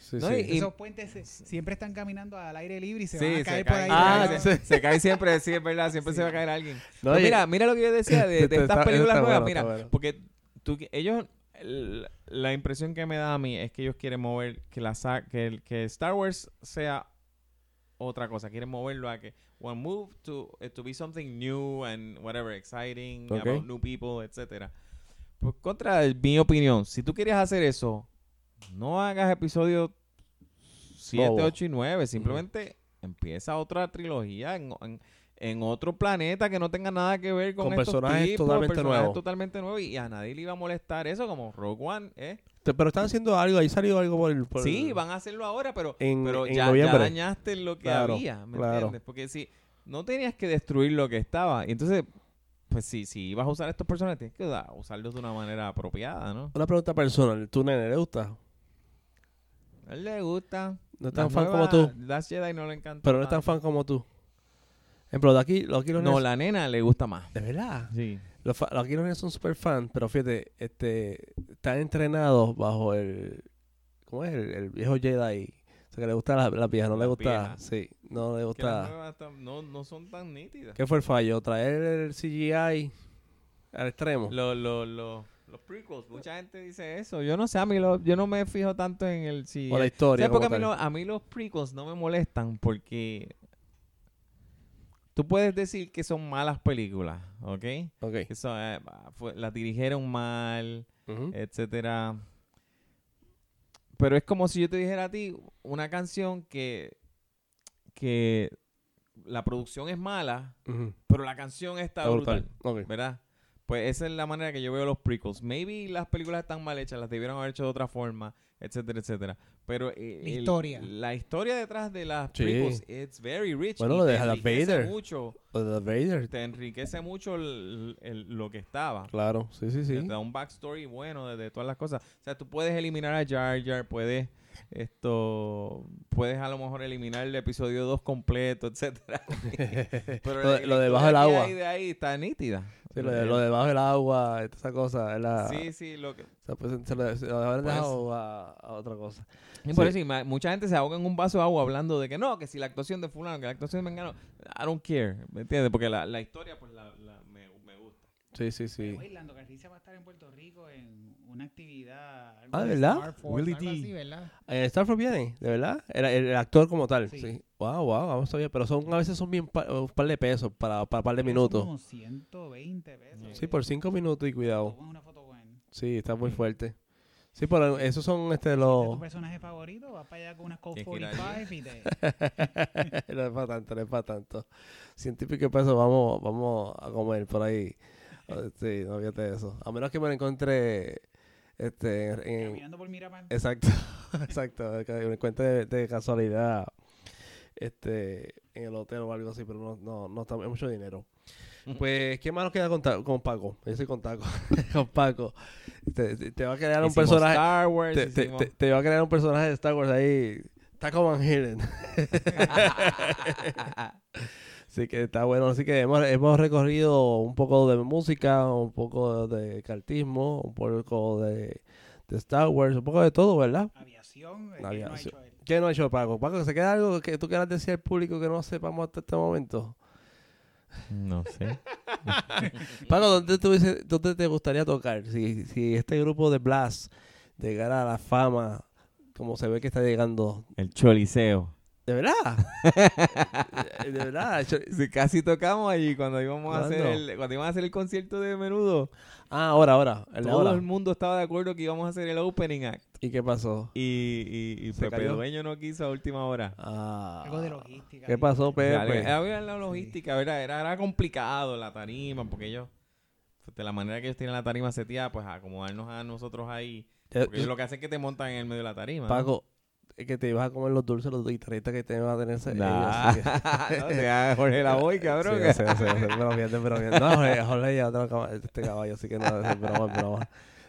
Sí,
No,
sí.
y-
Esos puentes se- siempre están caminando al aire libre y se
Sí,
van a
se
caer por ahí.
caen.
Ah,
Claro.
sí.
Se cae siempre, sí, es verdad, siempre
Sí.
se va a caer alguien.
No,
Pero
y-
Pues mira, mira lo que yo decía de, de
Está-
estas
está-
películas
está
nuevas,
bueno,
mira,
está bueno.
porque tú, ellos, la, la impresión que me da a mí es que ellos quieren mover, que, la, sa- que, el- que Star Wars sea otra cosa, quieren moverlo a que one move to, eh, to be something new and whatever, exciting,
Ok.
about new people, etcétera. Pues contra mi opinión, si tú querías hacer eso, no hagas episodios 7,
Bobo.
8 y 9. Simplemente empieza otra trilogía en, en- en otro planeta que no tenga nada que ver con,
Con
estos
personajes
tipos,
totalmente
personajes
nuevos.
totalmente nuevos y a nadie le iba a molestar eso como Rogue One, ¿eh?
Te- Pero están haciendo algo, ahí salió algo por el. por-
sí, van a hacerlo ahora, pero,
En-
pero
en
ya, ya
noviembre.
dañaste lo que
Claro,
había, ¿me
claro.
entiendes? Porque si no tenías que destruir lo que estaba, y entonces, pues sí, si ibas a usar estos personajes, tienes que da- usarlos de una manera apropiada, ¿no?
Una pregunta personal, ¿tú nene le gusta?
A él le gusta.
No es tan
Las
fan como
nuevas
tú,
Last Jedi no le encanta.
pero no es tan fan como tú. Por ejemplo, de aquí, los aquí los
No,
nenes-
la nena le gusta más.
De verdad.
Sí.
Los, fa- los aquí los nenes son super fans, pero fíjate, este, están entrenados bajo el. ¿Cómo es? El, el viejo Jedi. O sea, que le gusta la, la vieja, no le
La
gusta.
vieja.
Sí, no le
Que las
gusta.
nuevas tam- no, no son tan nítidas.
¿Qué fue el fallo? ¿Traer el CGI al extremo?
Lo- lo- lo- los prequels, mucha gente dice eso. Yo no sé, a mí lo- yo no me fijo tanto en el... Si,
o la historia.
¿Sabes por qué a
como
mí,
tal?
lo- a mí los prequels no me molestan? Porque tú puedes decir que son malas películas, ¿ok?
Ok.
Que son, eh, fue- las dirigieron mal,
Ujú.
Eh, etcétera. Pero es como si yo te dijera a ti una canción que, que la producción es mala,
Ujú.
pero la canción está,
Está
brutal,
brutal. Ok.
¿verdad? Pues esa es la manera que yo veo los prequels. Maybe las películas están mal hechas, las debieron haber hecho de otra forma, etcétera, etcétera. Pero eh,
La
el-
historia.
la historia detrás de las
Sí.
prequels it's very rich.
Bueno,
y
lo
te
de Darth
enriquece
Vader.
mucho,
O de Vader.
te enriquece mucho el- el- lo que estaba.
Claro, sí, sí, sí.
Te da un backstory bueno de, de todas las cosas. O sea, tú puedes eliminar a Jar Jar, puedes esto, puedes a lo mejor eliminar el episodio 2 completo, etcétera.
Lo
Pero la-
de-
la
lo debajo
historia
del
que
agua.
hay de ahí está nítida.
Sí, lo, de, lo debajo del agua, toda esa cosa, es la-
Sí, sí, lo que...
o sea, pues, se lo, se lo habrán
Pues-
dejado a, a otra cosa.
Y por
Sí.
eso y ma- mucha gente se ahoga en un vaso de agua hablando de que no, que si la actuación de fulano, que la actuación de mengano, I don't care, ¿me entiendes? Porque la, la historia pues la, la- me, me gusta.
Sí, sí, sí.
Oye, Lando Calrissian va a estar en Puerto Rico en una actividad. algo
Ah, ¿de
de
verdad?
Star Force,
Willy
algo
D.
así, ¿verdad?
Eh, Starford viene, de verdad, era el, el actor como tal. Sí.
Sí.
Wow, wow, vamos todavía. Pero son, a veces son bien pa- un par de pesos para, para un par de
Creo que son
minutos.
Como 120 pesos.
Sí, por cinco minutos y cuidado.
Tomas una foto con él.
Sí, está muy fuerte. Sí, pero esos son este
Oh.
¿Es tu
los.
personaje favorito? Vas para allá con unas Code
Tienes que ir allí.
45 y te...
no es para tanto, no es para tanto. Científico pesos vamos, vamos a comer por ahí. Eh, Sí, no fíjate de eso. A menos que me lo encuentre este, en-
Eh.
en,
Caminando por Miramar.
Exacto, exacto. que Me encuentre de, de casualidad este, en el hotel o algo así, pero no, no, no estamos- es mucho dinero. Pues, ¿qué más nos queda con, Ta- con Paco? Yo soy con Taco, con Paco. Te, te- te va a crear un
Hicimos
personaje.
Star Wars,
Te, te-
hicimos-
te- te va a crear un personaje de Star Wars ahí. Taco Van Halen. Así que está bueno. Así que hemos, hemos recorrido un poco de música, un poco de cartismo, un poco de, de Star Wars, un poco de todo, ¿verdad?
Aviación. eh, ¿qué
Aviación.
no ha hecho él?
¿Qué no ha hecho Paco? Paco, ¿se queda algo que tú quieras decir al público que no sepamos hasta este momento?
No sé.
Paco, ¿dónde, tú dices- dónde te gustaría tocar? Si, si este grupo de Blast llegara a la fama, como se ve que está llegando.
El choliseo.
¿De verdad? De verdad. Yo-
Sí, casi tocamos allí cuando íbamos a hacer
¿Cuándo?
el, cuando íbamos a hacer el concierto de menudo.
Ah, ahora, ahora. el de
Todo
ahora.
el mundo estaba de acuerdo que íbamos a hacer el opening act.
¿Y qué pasó?
Y, y, y
Se
Pepe
cayó.
Dueño no quiso a última hora.
Ah.
Algo de logística.
¿Qué
digo.
pasó,
Era,
Pepe?
era la logística, era, era, era complicado la tarima, porque ellos, pues, de la manera que ellos tienen la tarima seteada, pues acomodarnos a nosotros ahí.
Ya-
Porque ellos lo que hacen es que te montan en el medio de la tarima. ¿no?
eh, Paco, es que te ibas a comer los dulces, los guitarristas que te iban a tener. eh, ellos,
Nah.
así que-
no, te da Jorge la voy, cabrón.
Sí, yo sé, yo sé, yo sé, pero bien, pero bien. No, Jorge, Jorge ya otro caba- este caballo, así que no, es broma, es broma.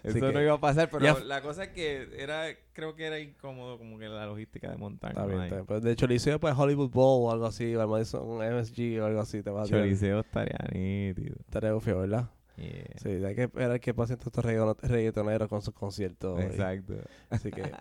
Así
Eso
que-
no iba a pasar, pero
Ya-
la cosa es que era, creo que era incómodo como que la logística de montar.
Está
¿no?
bien,
Ahí.
está bien. Pero de hecho, le hice para Hollywood Bowl o algo así, o al Madison MSG o algo así, te va a tirar.
Choliseo estaría nítido.
Estaría feo, ¿verdad?
Yeah.
Sí, hay que esperar que pasen todos estos reggaeton- reggaetoneros con sus conciertos. y-
Exacto.
Así que,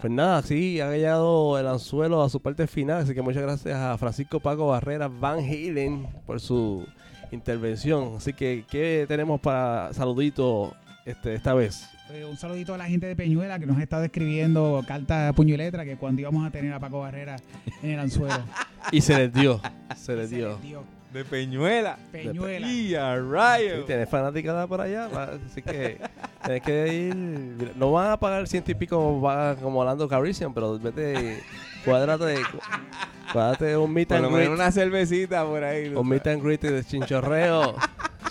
pues nada, así ha llegado el anzuelo a su parte final. Así que muchas gracias a Francisco Paco Barrera Van Halen por su intervención. Así que, ¿qué tenemos para saludito este, esta vez?
Eh, Un saludito a la gente de Peñuela que nos ha estado escribiendo carta a puño y letra que cuando íbamos a tener a Paco Barrera en el anzuelo.
Y se les dio, se
Y
les
se
dio.
les dio.
De Peñuela.
Peñuela.
Y a
Sí,
rayo.
tenés fanaticada por allá, va, así que tenés que ir. mira, No van a pagar ciento y pico va, como Orlando Calrissian, pero vete, cuadrate, cuadrate un meet
Por
and
lo menos
greet.
una cervecita por ahí.
Un meet and greet de chinchorreo.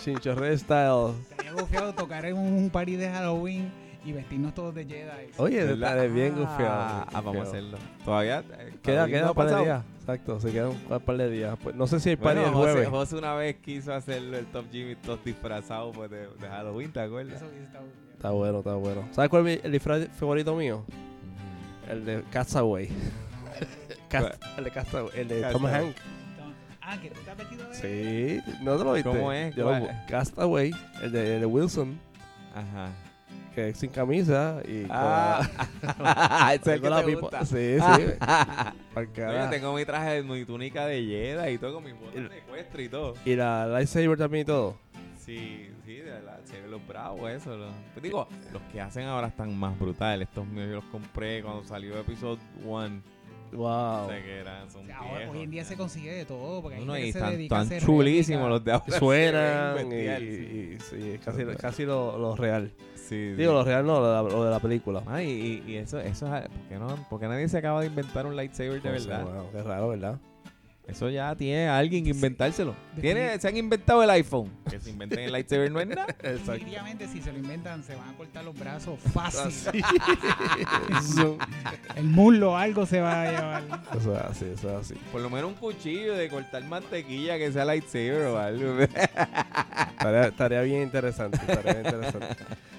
chinchorreo style.
Sería gufiado tocar en un party de Halloween y vestirnos todos de Jedi.
Oye, te
¿Verdad?
estaré bien
Ah,
gufiado.
Ah, vamos a hacerlo. Todavía. eh,
Queda,
todavía
queda
no ha
un par de
pasado.
días. Exacto, se quedan un par de días. Pues, no sé si hay party
Bueno,
el
José,
jueves.
José una vez quiso hacerlo el Top Jimmy, todos disfrazados pues, de, de Halloween, ¿te acuerdas?
Eso hubiese estado gufiado.
Está bueno, está bueno. ¿Sabes cuál es mi- el disfraz favorito mío? El de Castaway. Cast- el de Castaway. El de Tom
Castaway.
Hanks.
Entonces, Ah, que tú estás vestido de
Sí, no te lo viste.
¿Cómo es?
Yo lo
¿Cuál?
bu- Castaway, el de, el de Wilson,
Ajá.
que es sin camisa y con
Ah,
la-
ese es el que
con la
te
pipa.
gusta.
Sí, sí. Pa'l
No,
carajo.
yo tengo mi traje, mi túnica de Jedi y todo, con mis
El-
botas de ecuestre y todo.
Y la lightsaber también y todo.
Sí, sí, de la serie Los Bravos, eso. los- pues digo, los que hacen ahora están más brutales. Estos míos yo los compré cuando salió Episode 1.
Wow.
O sea que eran, son
Ahora,
viejos,
hoy en día
ya.
se consigue de todo, porque hay
No,
gente que
y
se
están
dedica a
tan
hacer
chulísimos
réplica.
los de ahora. se
Suenan
ven
y,
bestial,
y- y- sí, es casi,
Total.
casi lo, lo real.
sí. Sí,
Digo,
sí.
lo real no, lo de la, lo de la película.
Ah, y, y- y eso, eso es, ¿por qué no? Porque nadie se acaba de inventar un lightsaber de
O sea,
verdad.
wow, qué raro, ¿verdad?
Eso ya tiene alguien que inventárselo.
Definit-
Tiene, se han inventado el iPhone. Que se inventen el lightsaber no es nada.
Definitivamente, si se lo inventan, se van a cortar los brazos fácil.
Ah,
Zoom.
El muslo algo se va a llevar.
Eso es así, eso es así.
Por lo menos un cuchillo de cortar mantequilla que sea lightsaber o algo.
Tarea, tarea bien interesante, tarea bien interesante.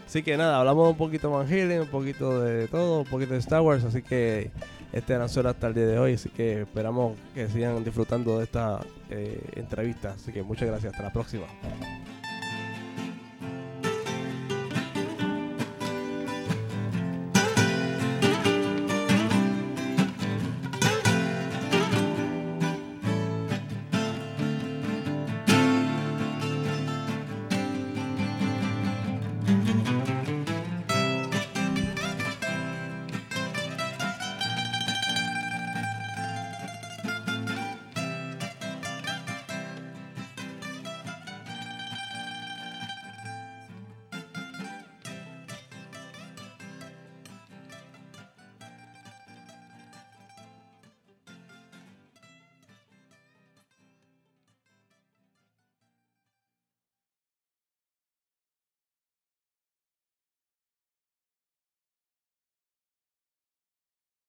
Así que nada, hablamos un poquito de Van Halen, un poquito de todo, un poquito de Star Wars, así que este era solo hasta el día de hoy, así que esperamos que sigan disfrutando de esta eh, entrevista. Así que muchas gracias, hasta la próxima.